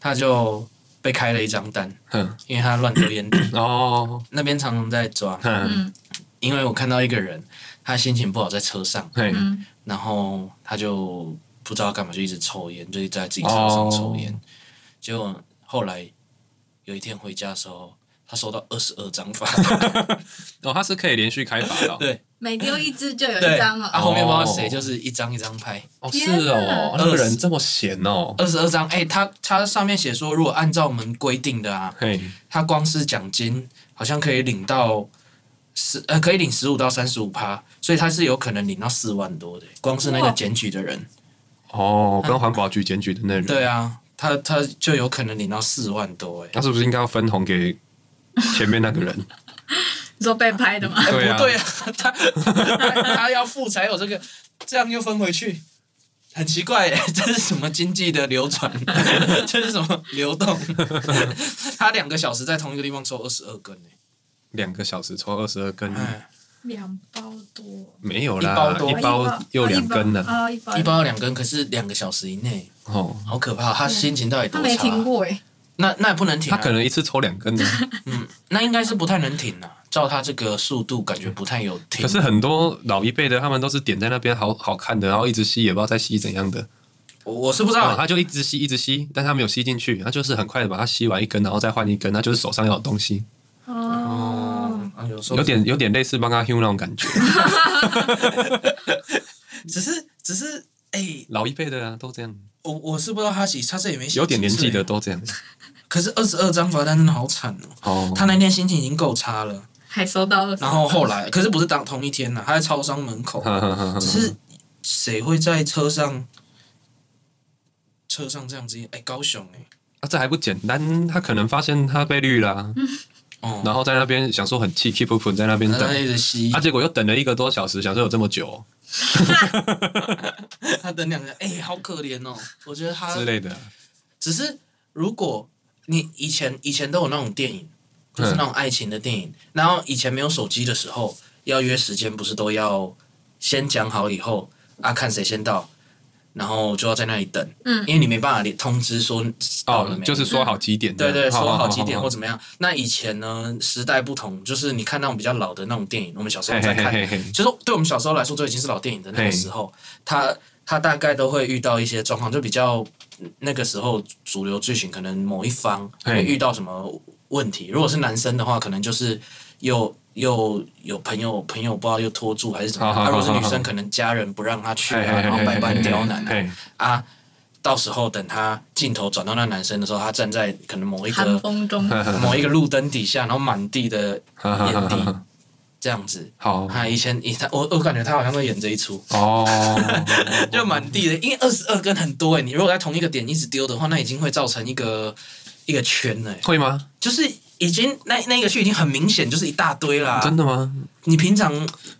S2: 他就被开了一张单，
S3: 哼
S2: 因为他乱丢 烟蒂，
S3: 哦，
S2: 那边常常在抓。
S3: 哼，
S4: 嗯
S2: 因为我看到一个人，他心情不好在车上，
S3: 嘿，
S4: 嗯
S2: 然后他就不知道干嘛，就一直抽烟，就一直
S4: 哦
S2: 在自己车上抽烟。结果后来有一天回家的时候，他收到二十二张 发，
S3: 哦，它是可以连续开发的哦。
S2: 对
S4: 每丢一只就有
S2: 对，
S4: 一张
S2: 啊，
S4: 哦。
S2: 后面不知道谁就是一张一张拍，
S3: 哦，是
S4: 天哪
S3: 哦，那个人这么闲哦。
S2: 二十二张，哎、他他上面写说，如果按照我们规定的啊，
S3: 嘿，
S2: 他光是奖金好像可以领到十呃，可以领十五到三十五趴，所以他是有可能领到四万多的，欸光是那个
S4: 哇
S2: 检举的人，
S3: 哦，跟环保局检举的那人，
S2: 对啊，他他就有可能领到四万多，哎、
S3: 那是不是应该要分红给前面那个人？
S4: 你说被拍的吗？
S2: 哎
S3: 对啊
S2: 不对啊，他他他要付才有这个，这样又分回去，很奇怪耶，这是什么经济的流转？ 这是什么流动？ 他两个小时在同一个地方抽二十二根欸耶
S3: 两个小时抽二十二根，
S2: 哎，
S4: 两包多，啊
S3: 没有啦，
S2: 一包多
S3: 哦一包又两根了。
S4: 啊，一包
S2: 哎一包两根，可是两个小时以内，
S3: 哦，
S2: 好可怕！他心情到底
S4: 啊他
S2: 多
S4: 没
S2: 差啊
S4: 停？过哎，
S2: 那那也不能停、
S3: 他
S2: 啊，
S3: 可能一次抽两根呢。
S2: 嗯，那应该是不太能停啊。照他这个速度，感觉不太有停。
S3: 可是很多老一辈的，他们都是点在那边好好看的，然后一直吸，也不知道在吸怎样的。
S2: 我我是不知
S3: 啊，
S2: 道，
S3: 他就一直吸，一直吸，但他没有吸进去，他就是很快的把它吸完一根，然后再换一根，那就是手上要有东西，
S4: 哦，
S2: 嗯，啊有时候
S3: 有点有点类似帮他 Hugh 那种感觉。
S2: 只是只是哎、
S3: 老一辈的啊，都这样，
S2: 我我是不知道他几，他这也没写
S3: 有点年纪
S2: 几岁
S3: 的都这样。
S2: 可是二十二张罚单真的好惨哦、
S3: 哦，
S2: 他那天心情已经够差了，
S4: 还收到了。
S2: 然后后来可是不是当同一天呐、他在超商门口，
S3: 哈哈哈哈
S2: 只是谁会在车上车上这样子？哎、高雄哎、
S3: 啊，这还不简单，他可能发现他被绿了啊、
S2: 哦，
S3: 然后在那边想说很气，keep up 在那边
S2: 然后他
S3: 等，
S2: 一直吸
S3: 啊，，结果又等了一个多小时，想说有这么久
S2: 他等两个人，哎、好可怜哦，我觉得他
S3: 之类的，
S2: 只是如果你以前以前都有那种电影，就是那种爱情的电影，然后以前没有手机的时候，要约时间不是都要先讲好以后啊，看谁先到，然后就要在那里等，
S4: 嗯
S2: 因为你没办法连通知说到了
S3: 哦
S2: 没，，
S3: 就是说好几点的，
S2: 对对，说好
S3: 好
S2: 几点或
S3: 好
S2: 怎么样。那以前呢，时代不同，就是你看那种比较老的那种电影，我们小时候
S3: 嘿
S2: 在
S3: 嘿
S2: 看，
S3: 嘿嘿嘿，
S2: 就是对我们小时候来说，都已经是老电影的那个时候，他他大概都会遇到一些状况，就比较嗯那个时候主流剧情可能某一方
S3: 嘿
S2: 会遇到什么问题。如果是男生的话，可能就是又又有朋友朋友不知道又拖住还是怎么样；，
S3: 好好
S2: 啊、
S3: 好
S2: 如果是女
S3: 好
S2: 生，
S3: 好
S2: 可能家人不让她去、啊，
S3: 嘿嘿嘿
S2: 然后百般刁难啊
S3: 嘿嘿
S2: 啊。到时候等他镜头转到那男生的时候，他站在可能某一
S4: 寒
S2: 个
S4: 风中，
S3: 嘿嘿
S2: 某一个路灯底下，然后满地的
S3: 哈哈哈哈哈
S2: 这样子。
S3: 好
S2: 啊，以前以他我我感觉他好像会演这一出。
S3: 哦，
S2: 就满地的，因为二十二根很多哎、你如果在同一个点一直丢的话，那已经会造成一个一个圈了、欸，
S3: 会吗？
S2: 就是已经那那个区已经很明显就是一大堆啦。
S3: 真的吗？
S2: 你平常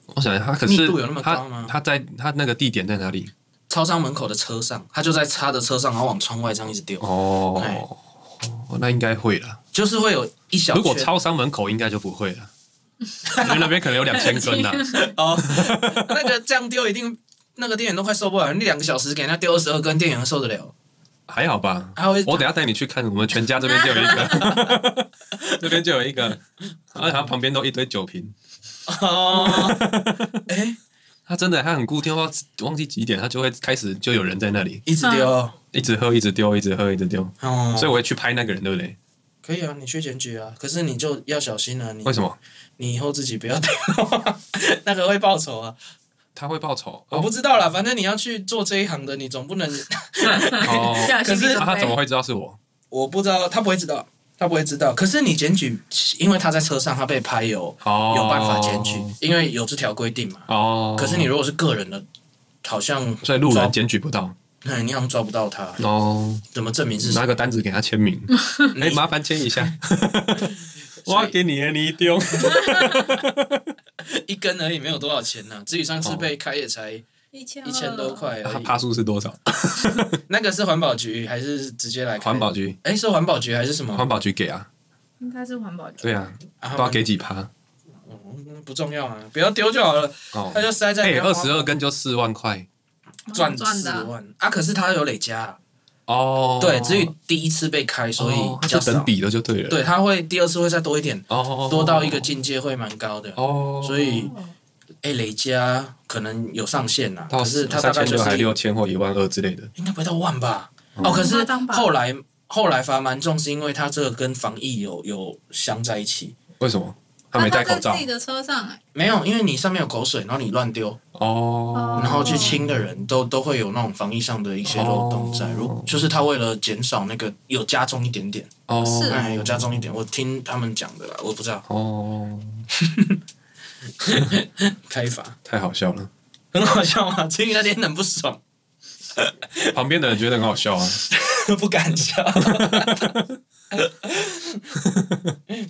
S3: 我想一下，他可是
S2: 密度有那么高吗
S3: 他他在他那个地点在哪里？
S2: 超商门口的车上，他就在他的车上，然后往窗外这样一直丢，
S3: 哦，那应该会啦。
S2: 就是会有一哎小
S3: 如果
S2: 圈
S3: 超商门口应该就不会了，因为那边可能有两 千根呐。啊
S2: 哦，那个这样丢一定那个店员都快受不了，你两个小时给人家丢二十二根，店员受得了？
S3: 还好吧？
S2: 他会
S3: 我等一下带你去看，我们全家这边就有一个，这边就有一个，然后它旁边都一堆酒瓶。
S2: 哦， 哎、
S3: 他真的，他很固定，忘忘记几点，他就会开始就有人在那里
S2: 一直丢哦，
S3: 一直喝，一直丢，一直喝，一直丢。啊所以我会去拍那个人，对不对？
S2: 可以啊，你去检举啊，可是你就要小心啊，你
S3: 为什么？
S2: 你以后自己不要丢， 那个会报仇啊！
S3: 他会报仇？
S2: 哦我不知道啦，反正你要去做这一行的，你总 不能……
S3: 哦，
S4: 下
S2: 可
S4: 心
S2: 是
S3: 那
S4: 理准备
S3: 他怎么会知道是我？
S2: 我不知道，他不会知道，他不会知道。可是你检举，因为他在车上，他被拍有
S3: 哦，
S2: 有办法检举，因为有这条规定嘛。
S3: 哦。
S2: 可是你如果是个人的，好像
S3: 所以路人
S2: 抓，
S3: 检举不到
S2: 哎你好像抓不到他，
S3: 哦，
S2: 怎么证明是
S3: 拿个单子给他签名， 哎，麻烦签一下。我要给你啊，你丢。
S2: 一根而已，没有多少钱呢、至于上次
S3: 哦啊
S2: 被开也才
S4: 一千
S2: 一千多，块
S3: 他
S2: 而已。
S3: 趴数是多少？
S2: 那个是环保局还是直接来开
S3: 环保？局，
S2: 哎，是环保局还是什么？
S3: 环保局给啊，
S4: 应该是环保局。
S3: 对啊，
S2: 啊
S3: 不知道给几趴
S2: 嗯不重要啊，不要丢就好了。
S3: 哦
S2: 他。就塞在
S3: 哎，
S2: 棉花
S3: 二十二根就四万块
S2: 赚
S4: 赚
S2: 四
S4: 的啊
S2: 万啊！可是他有累加啊，
S3: 哦。
S2: 对，至于第一次被开，所以
S3: 哦
S2: 比
S3: 就
S2: 较少
S3: 等。比了就对了。
S2: 对，他会第二次会再多一点，
S3: 哦，
S2: 多到一个境界会蛮高的。
S3: 哦，
S2: 所以，哎，累加可能有上限呐，
S3: 到
S2: 可是他大
S3: 三
S2: 概
S3: 千
S2: 就
S3: 六还嗯
S2: 是
S3: 六千或一万二之类的。
S2: 应该不会到万吧？哦，可是
S4: 夸张吧
S2: 后来后来罚蛮重，是因为他这个跟防疫有有相在一起。
S3: 为什么他没戴口
S4: 在
S3: 罩
S4: 自己？的车上、哎
S2: 没有，因为你上面有口水，然后你乱丢，
S3: 哦，
S2: 然后去清的人都都会有那种防疫上的一些漏洞在。
S3: 哦
S2: 如就是他为了减少那个有加重一点点，
S3: 哦，
S4: 是
S2: 哎，有加重一点，我听他们讲的啦，我不知道
S3: 哦，
S2: 开罚，
S3: 太好笑了，
S2: 很好笑吗？金宇那天很不爽，
S3: 旁边的人觉得很好笑啊。
S2: 不敢笑。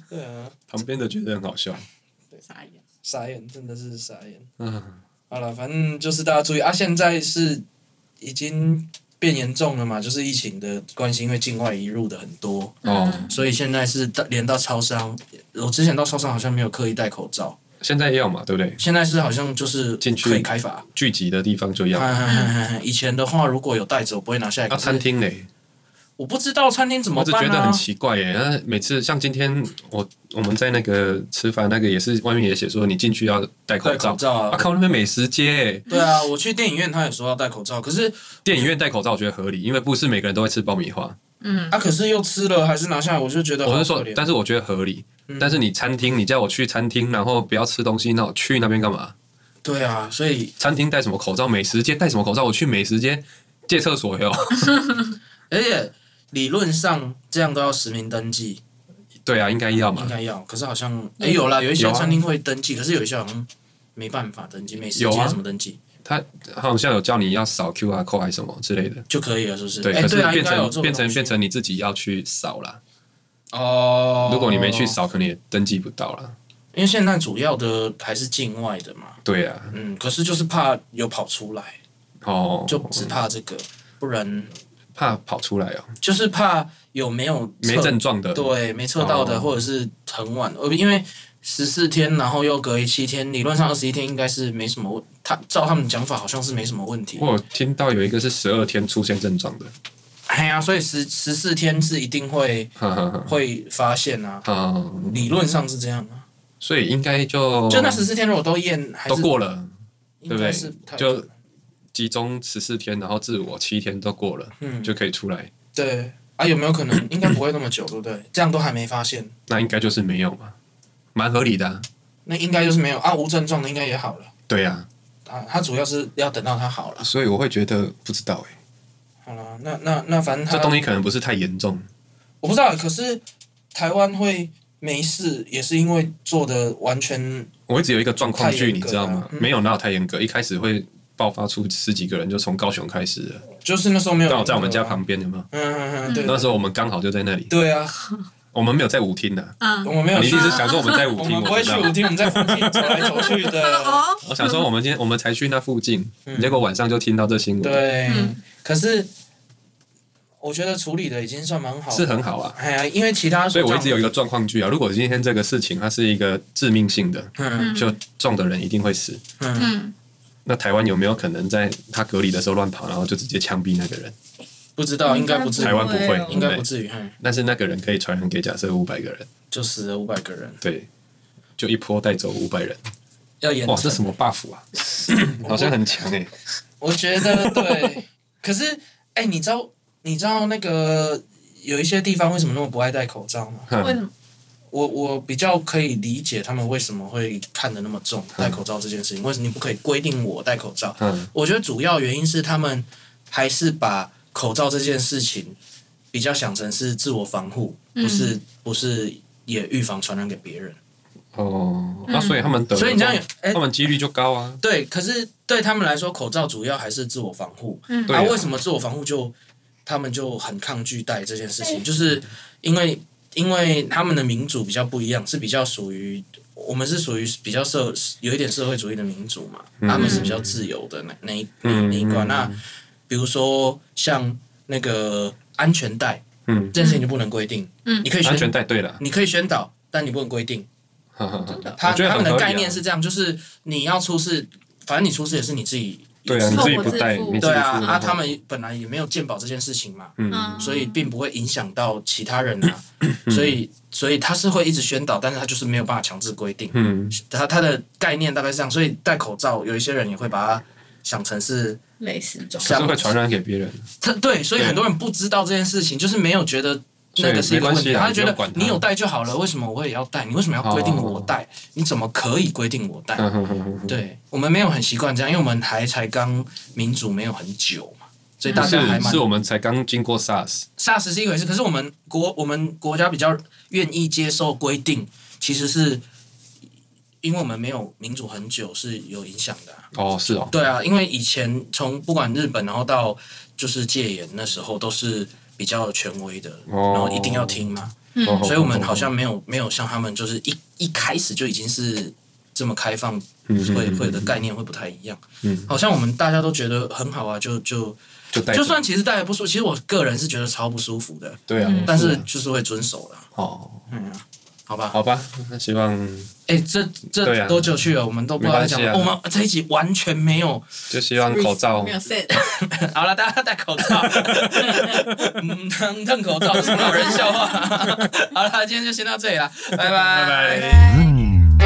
S2: 对啊，
S3: 旁边的觉得很好笑。
S4: 傻眼。
S2: 傻眼，真的是傻眼。
S3: 嗯，
S2: 好了，反正就是大家注意啊，现在是已经变严重了嘛，就是疫情的关系，因为境外移入的很多，
S3: 哦，
S2: 所以现在是到连到超商，我之前到超商好像没有刻意戴口罩，
S3: 现在要嘛，对不对？
S2: 现在是好像就是
S3: 进去
S2: 可以开罚。
S3: 聚集的地方就要。
S2: 嗯以前的话，如果有带着，我不会拿下来。
S3: 啊，
S2: 可是
S3: 餐厅嘞，
S2: 我不知道餐厅怎么
S3: 我只觉
S2: 办
S3: 得很
S2: 啊。
S3: 奇怪耶。那每次像今天我我们在那个吃饭那个也是，外面也写说你进去要戴口
S2: 戴
S3: 罩
S2: 口。罩
S3: 啊
S2: 啊，
S3: 靠，那边美食街耶，
S2: 对啊，我去电影院，他也说要戴口罩，可是
S3: 电影院戴口罩我觉得合理，因为不是每个人都会吃爆米花。
S4: 嗯，
S2: 啊，可是又吃了，还是拿下来，我就觉得
S3: 我
S2: 好
S3: 是
S2: 可
S3: 说，
S2: 怜。
S3: 但是我觉得合理。
S2: 嗯
S3: 但是你餐厅，你叫我去餐厅，然后不要吃东西，那我去那边干嘛？
S2: 对啊，所以
S3: 餐厅戴什么口罩？美食街戴什么口罩？我去美食街借厕所哟。
S2: 而且理论上这样都要实名登记，
S3: 对啊，应该要嘛
S2: 应。该要。可是好像哎、有啦，有一些
S3: 有啊
S2: 餐厅会登记，可是有一些好像没办法登记，美食
S3: 有
S2: 街
S3: 啊
S2: 怎么登记、
S3: 他他好像有叫你要扫 QR code 还是什么之类的。
S2: 就可以了，是不是？
S3: 对，
S2: 哎、
S3: 可是
S2: 对啊，
S3: 变
S2: 应该有这
S3: 成
S2: 种
S3: 变成
S2: 东西
S3: 变成你自己要去扫啦。
S2: 哦。
S3: 如果你没去，扫，可能也登记不到啦。
S2: 因为现在主要的还是境外的嘛，
S3: 对啊，
S2: 嗯，可是就是怕有跑出来，
S3: 哦，
S2: 就只怕这个，不然
S3: 怕跑出来哦，
S2: 就是怕有没有
S3: 没
S2: 测
S3: 症状的。
S2: 对，没测到的，
S3: 哦
S2: 或者是很晚，呃，因为十四天，然后又隔一七天，理论上二十一天应该是没什么问。他照他们讲法，好像是没什么问题。
S3: 我有听到有一个是十二天出现症状的，
S2: 哎呀，所以十十四天是一定会
S3: 哈哈哈。
S2: 会发现啊，
S3: 嗯，
S2: 理论上是这样啊。
S3: 所以应该就
S2: 就那十四天如果都验，还
S3: 哦都
S2: 是
S3: 过了，
S2: 应
S3: 对
S2: 该
S3: 不对
S2: 是不太
S3: 就
S2: 可能
S3: 集中十四天，然后自我七天都过了，
S2: 嗯
S3: 就可以出来。
S2: 对啊，有没有可能？应该不会那么久，对不对？这样都还没发现，
S3: 那应该就是没有嘛，蛮合理的、啊。
S2: 那应该就是没有啊，无症状的应该也好了
S3: 对呀、
S2: 啊。他主要是要等到他好了
S3: 啊，，所以我会觉得不知道哎、
S2: 好了，那那那反正他
S3: 这东西可能不是太严重。
S2: 我不知道，可是台湾会没事，也是因为做的完全
S3: 我一直有一个状况
S2: 太
S3: 剧，
S2: 严
S3: 你
S2: 格
S3: 知道吗
S2: 了？嗯
S3: 没有闹太严格，一开始会爆发出十几个人，就从高雄开始的，
S2: 就是那时候没有
S3: 刚
S2: 人格
S3: 好
S2: 啊。
S3: 在我们家旁边，有没有？
S2: 嗯，嗯嗯嗯，对，
S3: 那时候我们刚好就在那里，
S2: 对啊，
S3: 我们没有在舞厅的，
S2: 我
S4: 嗯，
S2: 们没有
S3: 你一
S2: 去
S3: 直，想说我们在舞
S2: 我
S3: 厅，
S2: 们不会
S3: 我知
S2: 去
S3: 道
S2: 舞。厅，我们在附近走来走去的。
S4: 哦，
S3: 我想说我们今天我们才去那附近，
S2: 嗯
S3: 结果晚上就听到这新闻，
S2: 对
S4: 嗯，
S2: 可是我觉得处理的已经算蛮好，
S3: 是。很好啊。
S2: 哎呀，因为其他，
S3: 所以我一直有一个状况剧啊，如果今天这个事情它是一个致命性的，
S2: 嗯
S3: 就中的人一定会死。
S2: 嗯，
S4: 嗯，
S3: 那台湾有没有可能在他隔离的时候乱跑，然后就直接枪毙那个人？
S2: 不知
S4: 嗯
S2: 道，应该不至于
S3: 台，湾不会
S4: 哦，
S2: 应该不至于，嗯，
S3: 但是那个人可以传染给假设五百个人，
S2: 就死了五百个人，
S3: 对，就一波带走五百人。
S2: 要严
S3: 哇，
S2: 惩。
S3: 这什么 buff 啊？好像很强哎、
S2: 我觉得对，可是哎、你知道你知道那个有一些地方为什么那么不爱戴口罩吗？
S4: 为
S3: 哼
S4: 什么？
S2: 我我比较可以理解他们为什么会看得那么重戴口罩这件事情，为什么你不可以规定我戴口罩？
S3: 哼，
S2: 我觉得主要原因是他们还是把口罩这件事情比较想成是自我防护，不是、不是也预防传染给别人。
S3: 哦，
S4: 嗯
S3: 那、所以他们得了，
S2: 所以你这样有，哎、
S3: 他们几率就高啊。
S2: 对，可是对他们来说，口罩主要还是自我防护。
S4: 嗯
S3: 对啊
S2: 啊，为什么自我防护就他们就很抗拒戴这件事情？就是因为因为他们的民主比较不一样，是比较属于我们是属于比较社有一点社会主义的民主嘛，他们是比较自由的那那一
S3: 嗯
S2: 那一关。
S3: 嗯
S2: 那比如说像那个安全带
S3: 嗯，
S2: 这件事情就不能规定，
S4: 嗯
S2: 你可以
S3: 安全
S2: 宣
S3: 带对了，
S2: 你可以宣导，但你不能规定。
S3: 哈哈哈
S4: 真的
S2: 他
S3: 我觉得
S2: 他
S3: 很
S2: 们
S3: 合理、
S2: 的
S3: 啊、
S2: 概念是这样，就是你要出事，反正你出事也是你自己。
S3: 对啊，你自己不带，
S4: 后果自负
S3: 你自
S2: 对
S3: 己
S2: 啊，
S3: 付
S2: 啊，他们本来也没有鉴保这件事情嘛，
S3: 嗯，
S2: 所以并不会影响到其他人啊。所以，所以他是会一直宣导，但是他就是没有办法强制规定。
S3: 嗯，
S2: 他他的概念大概是这样，所以戴口罩，有一些人也会把它想成是
S4: 类似这种。
S3: 可是会传染给别人。
S2: 他对，所以
S3: 对
S2: 很多人不知道这件事情，就是没有觉得
S3: 所以
S2: 那个是一个问题，
S3: 没关系啊
S2: 他就觉得
S3: 你不用管它
S2: 你有带就好了，为什么我也要带？你为什么要规定我带？你怎么可以规定我带？
S3: 嗯哼哼哼哼，
S2: 哎对我们没有很习惯这样，因为我们还才刚民主没有很久嘛，所以大家还
S3: 是
S2: 蛮
S3: 是我们才刚经过 SARS，
S2: SARS 是一回事，可是我们国我们国家比较愿意接受规定，其实是因为我们没有民主很久是有影响的啊、
S3: 哦，是哦，
S2: 对啊，因为以前从不管日本，然后到就是戒严那时候都是比较有权威的，
S3: 哦
S2: 然后一定要听嘛，
S4: 嗯
S3: 哦
S2: 所以我们好像没有没有像他们就是一一开始就已经是这么开放，会会的，概念会不太一样。
S3: 嗯，
S2: 好像我们大家都觉得很好啊，就就
S3: 就带着
S2: 就算其实带来不舒服，其实我个人是觉得超不舒服的，
S3: 对啊
S4: 嗯，
S2: 但是就是会遵守了，
S3: 哦，
S2: 嗯，好吧。
S3: 好吧，那希望
S2: 哎，这
S3: 对
S2: 这
S3: 啊
S2: 多久去了？我们都不知道在讲
S3: 没
S2: 什
S3: 关
S2: 么，
S3: 系
S2: 我们这一集完全没有
S3: 就希望口罩
S4: 没有 set，
S2: 好了，大家戴口罩，嗯，当当口罩，不是老人笑话。好了，今天就先到这里了，拜拜
S3: 拜拜